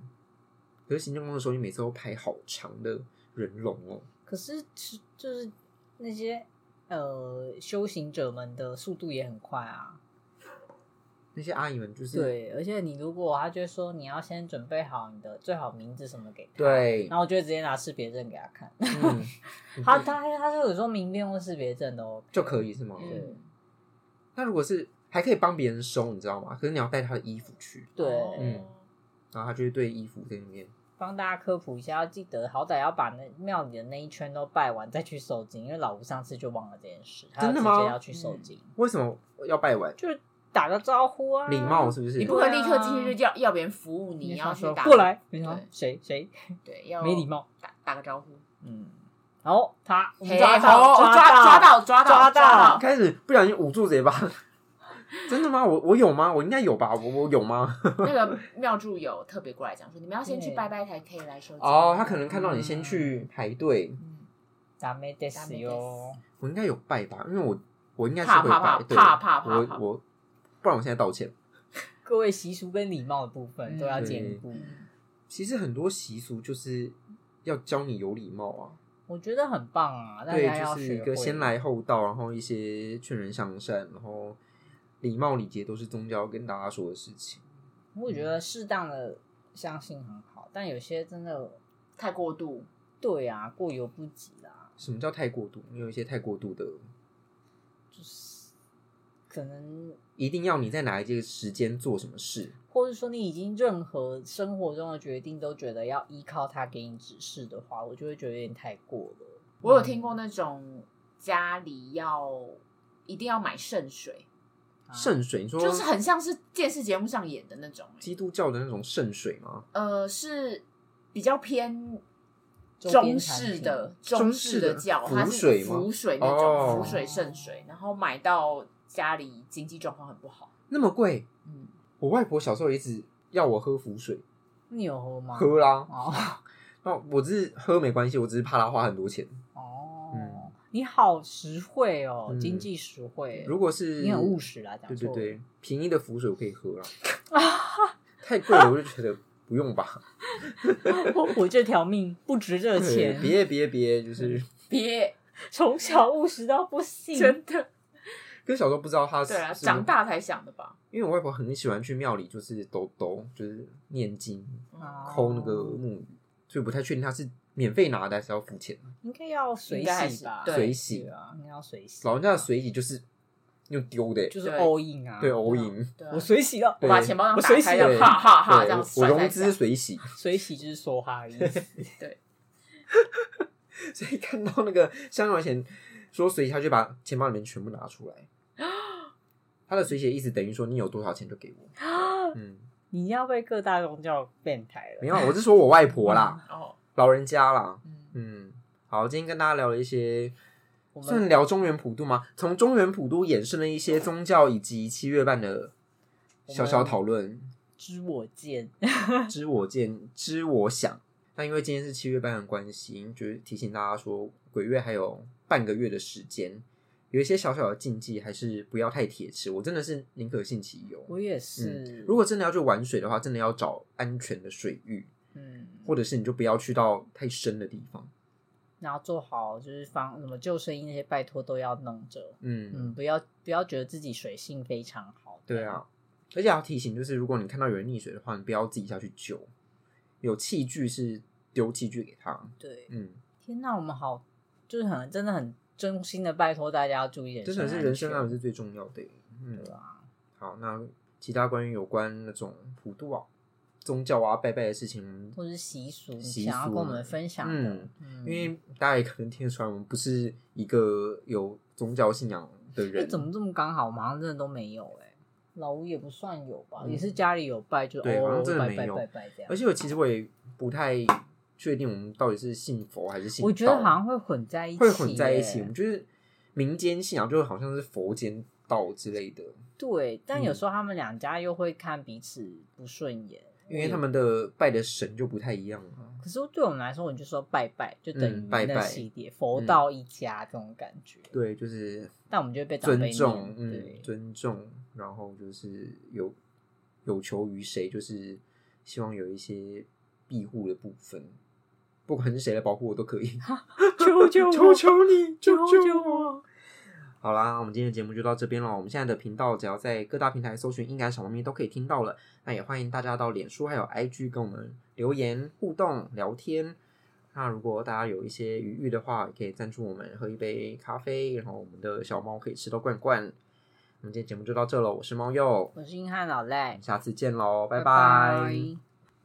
S1: 可是行政工的时候，你每次都排好长的人龙哦。
S2: 可是吃就是那些呃修行者们的速度也很快啊。
S1: 那些阿姨们就是
S2: 对，而且你如果他就会说你要先准备好你的最好名字什么给他，，
S1: 对
S2: 然，后我就会直接拿识别证给他看。
S1: 嗯，
S2: 他他他说有时候明辨或识别证哦都 OK
S1: 就可以是吗？
S2: 嗯
S1: 那如果是还可以帮别人收，你知道吗？可是你要带他的衣服去，
S2: 对，
S3: 哦
S1: 嗯然后他就会对衣服在里面。
S2: 帮大家科普一下，要记得好歹要把那庙里的那一圈都拜完再去受精，因为老吴上次就忘了这件事，他
S1: 真的
S2: 直
S1: 吗
S2: 接要去受精，
S1: 为什么要拜完？
S2: 就是打个招呼啊，
S1: 礼貌是不是
S3: 你不可以立刻今天就要要别人服务你，
S2: 你
S3: 要
S2: 要
S3: 去
S2: 说
S3: 打
S2: 过，来，你
S3: 对
S2: 说谁谁
S3: 对，要
S2: 没礼，貌，
S3: 打打个招呼。
S2: 嗯，然后他我们
S3: 嘿
S2: 抓
S3: 好
S2: 到
S3: 抓
S2: 抓
S3: 到抓到
S2: 抓到，
S1: 开始不小心捂住嘴巴， 真的吗？我我有吗？我应该有吧？我我有吗？
S3: 那个妙助有特别过来讲说，你们要先去拜拜才可以来收金。
S1: 哦，他可能看到你先去排队，
S3: 嗯
S2: 打没得死哟，
S1: 我应该有拜吧？因为我我应该是
S3: 怕
S1: 会
S3: 怕怕
S1: 拜，对
S3: 怕怕怕
S1: 我
S3: 怕
S1: 我不然我现在道歉。
S2: 各位习俗跟礼貌的部分
S3: 嗯
S2: 都要兼顾，
S3: 嗯
S1: 其实很多习俗就是要教你有礼貌啊，
S2: 我觉得很棒啊，大
S1: 对
S2: 家，要
S1: 就是一个
S2: 学会
S1: 先来后到，然后一些劝人向善，然后礼貌礼节都是宗教跟大家说的事情。
S2: 我觉得适当的相信很好，但有些真的
S3: 太过度，
S2: 对啊，过犹不及啦，
S1: 什么叫太过度？你有一些太过度的，
S2: 就是可能，
S1: 一定要你在哪一个时间做什么事，
S2: 或者说你已经任何生活中的决定都觉得要依靠他给你指示的话，我就会觉得有点太过了。嗯
S3: 我有
S1: 嗯
S3: 听过那种家里要一定要买圣水，
S2: 啊
S1: 圣水，你说
S3: 就是很像是电视节目上演的那种、欸
S1: 基督教的那种圣水吗？
S3: 呃，是比较偏
S2: 周边
S3: 中
S2: 产
S3: 式
S2: 品
S3: 的
S1: 中
S3: 式
S1: 式
S3: 的
S1: 的
S3: 教，
S1: 浮
S3: 它是
S1: 水吗
S3: 浮水那
S1: 哦
S3: 种浮水圣水，然后买到家里经济状况很不好，
S1: 那么贵？
S3: 嗯，
S1: 我外婆小时候一直要我喝符水，
S2: 你有喝吗？
S1: 喝啦。
S2: 哦
S1: 那我只是喝没关系，我只是怕她花很多钱。
S2: 哦，
S1: 嗯
S2: 你好实惠哦，
S1: 嗯
S2: 经济实惠。
S1: 如果是
S2: 你很务实啦，讲
S1: 对
S2: 错
S1: 对
S2: 了
S1: 对，便宜的符水我可以 喝啦。太贵了，我就觉得不用吧。
S2: 我我这条命不值这
S1: 对
S2: 钱，
S1: 别别别，
S3: 嗯
S1: 就是
S3: 别
S2: 从小务实到不行，
S3: 真的
S1: 跟小时候不知道她是
S3: 对啊，
S1: 是
S3: 长大才想的吧，
S1: 因为我外婆很喜欢去庙里，就是抖抖，就是念经、
S3: 嗯
S2: 啊
S1: 抠那个木鱼，所以不太确定她是免费拿的还是要付钱。
S2: 应该要水
S3: 应该还
S2: 洗
S3: 是
S2: 吧？
S3: 对
S1: 水洗
S2: 对啊，应该要水洗。
S1: 老人家的水洗就是用丢的欸，
S2: 就是
S3: 对
S2: all in 啊，
S1: 对，欧银。
S3: 对啊
S2: 我水洗了，
S1: 对
S3: 把钱包这样
S2: 我
S3: 打
S2: 水
S3: 开，
S2: 洗
S3: 这样
S1: 对
S3: 哈哈哈，
S1: 对
S3: 这样
S1: 我
S3: 甩
S1: 我
S3: 在
S1: 融资
S3: 下
S1: 水 洗，
S2: 水洗就是说哈而已。
S1: 所以看到那个香港钱说水洗，他就把钱包里面全部拿出 来。他的水洗的意思等于说你有多少钱就给 我。嗯，
S2: 你要被各大宗教变态
S1: 没
S2: 了，
S1: 有，啊我是说我外婆啦，
S3: 哦，
S1: 老人家啦。
S3: 嗯，
S1: 嗯，好，今天跟大家聊了一些，
S2: 我们
S1: 算聊中原普渡吗？从中原普渡衍生了一些宗教以及七月半的小小讨论，
S2: 知我 见，
S1: 知我见，知我想。那因为今天是七月半的关系，就是提醒大家说，鬼月还有半个月的时间，有一些小小的禁忌还是不要太铁齿。我真的是宁可信其有。
S2: 我也是。
S1: 嗯，如果真的要去玩水的话，真的要找安全的水域，
S2: 嗯，
S1: 或者是你就不要去到太深的地方。
S2: 然后做好就是防什么救生衣那些，拜托都要弄着。
S1: 嗯，
S2: 嗯，不要不要觉得自己水性非常好。
S1: 对啊，而且要提醒，就是如果你看到有人溺水的话，你不要自己下去救，有器具是丢器具给他。
S2: 对，
S1: 嗯，
S2: 天哪，我们好，就是很真的很真心的拜托大家要注意人
S1: 这
S2: 身
S1: 才是人身安
S2: 安
S1: 全
S2: 全，
S1: 是最重要的。嗯，
S2: 对啊，
S1: 好，那其他关于有关那种普渡啊、宗教啊、拜拜的事情，
S2: 或是习俗，你
S1: 习
S2: 想要
S1: 俗
S2: 跟我们分享的
S1: 嗯，
S2: 嗯
S1: 因为大家也可能听得出来，我们不是一个有宗教信仰的
S2: 哎
S1: 人。
S2: 怎么这么刚好？我们好像真的都没有哎，老吴也不算有吧，
S1: 嗯
S2: 也是家里有拜，就
S1: 对
S2: 哦
S1: 好像真的
S2: 拜拜
S1: 没有
S2: 拜拜这样
S1: 而。且我其实我也不太确定我们到底是信佛还是信道，
S2: 我觉得好像会混在一起耶，欸
S1: 会混在一起。我们就是民间信仰，就好像是佛间道之类的，
S2: 对，但
S1: 嗯
S2: 有时候他们两家又会看彼此不顺眼，
S1: 因为他们的拜的神就不太一样啊。
S2: 可是对我们来说，我就说拜拜，就等于
S1: 嗯拜拜嗯
S2: 那系列佛道一家这种感觉。
S1: 对，就是
S2: 但我们就会被长
S1: 尊
S2: 辈念
S1: 重，
S2: 对
S1: 嗯，尊重，然后就是有有求于谁，就是希望有一些庇护的部分，不管是谁来保护我都可以。
S2: 求求我
S1: 求求你，
S2: 求
S1: 救
S2: 救
S1: 救我！好啦，我们今天的节目就到这边了。我们现在的频道只要在各大平台搜寻“应该小猫咪”都可以听到了。那也欢迎大家到脸书还有 IG 跟我们留言互动聊天。那如果大家有一些余裕的话，也可以赞助我们喝一杯咖啡，然后我们的小猫可以吃到罐罐。我们今天节目就到这了，我是猫鼬，我
S2: 我是硬汉老赖
S1: 们，下次见喽，拜
S2: 拜
S1: 拜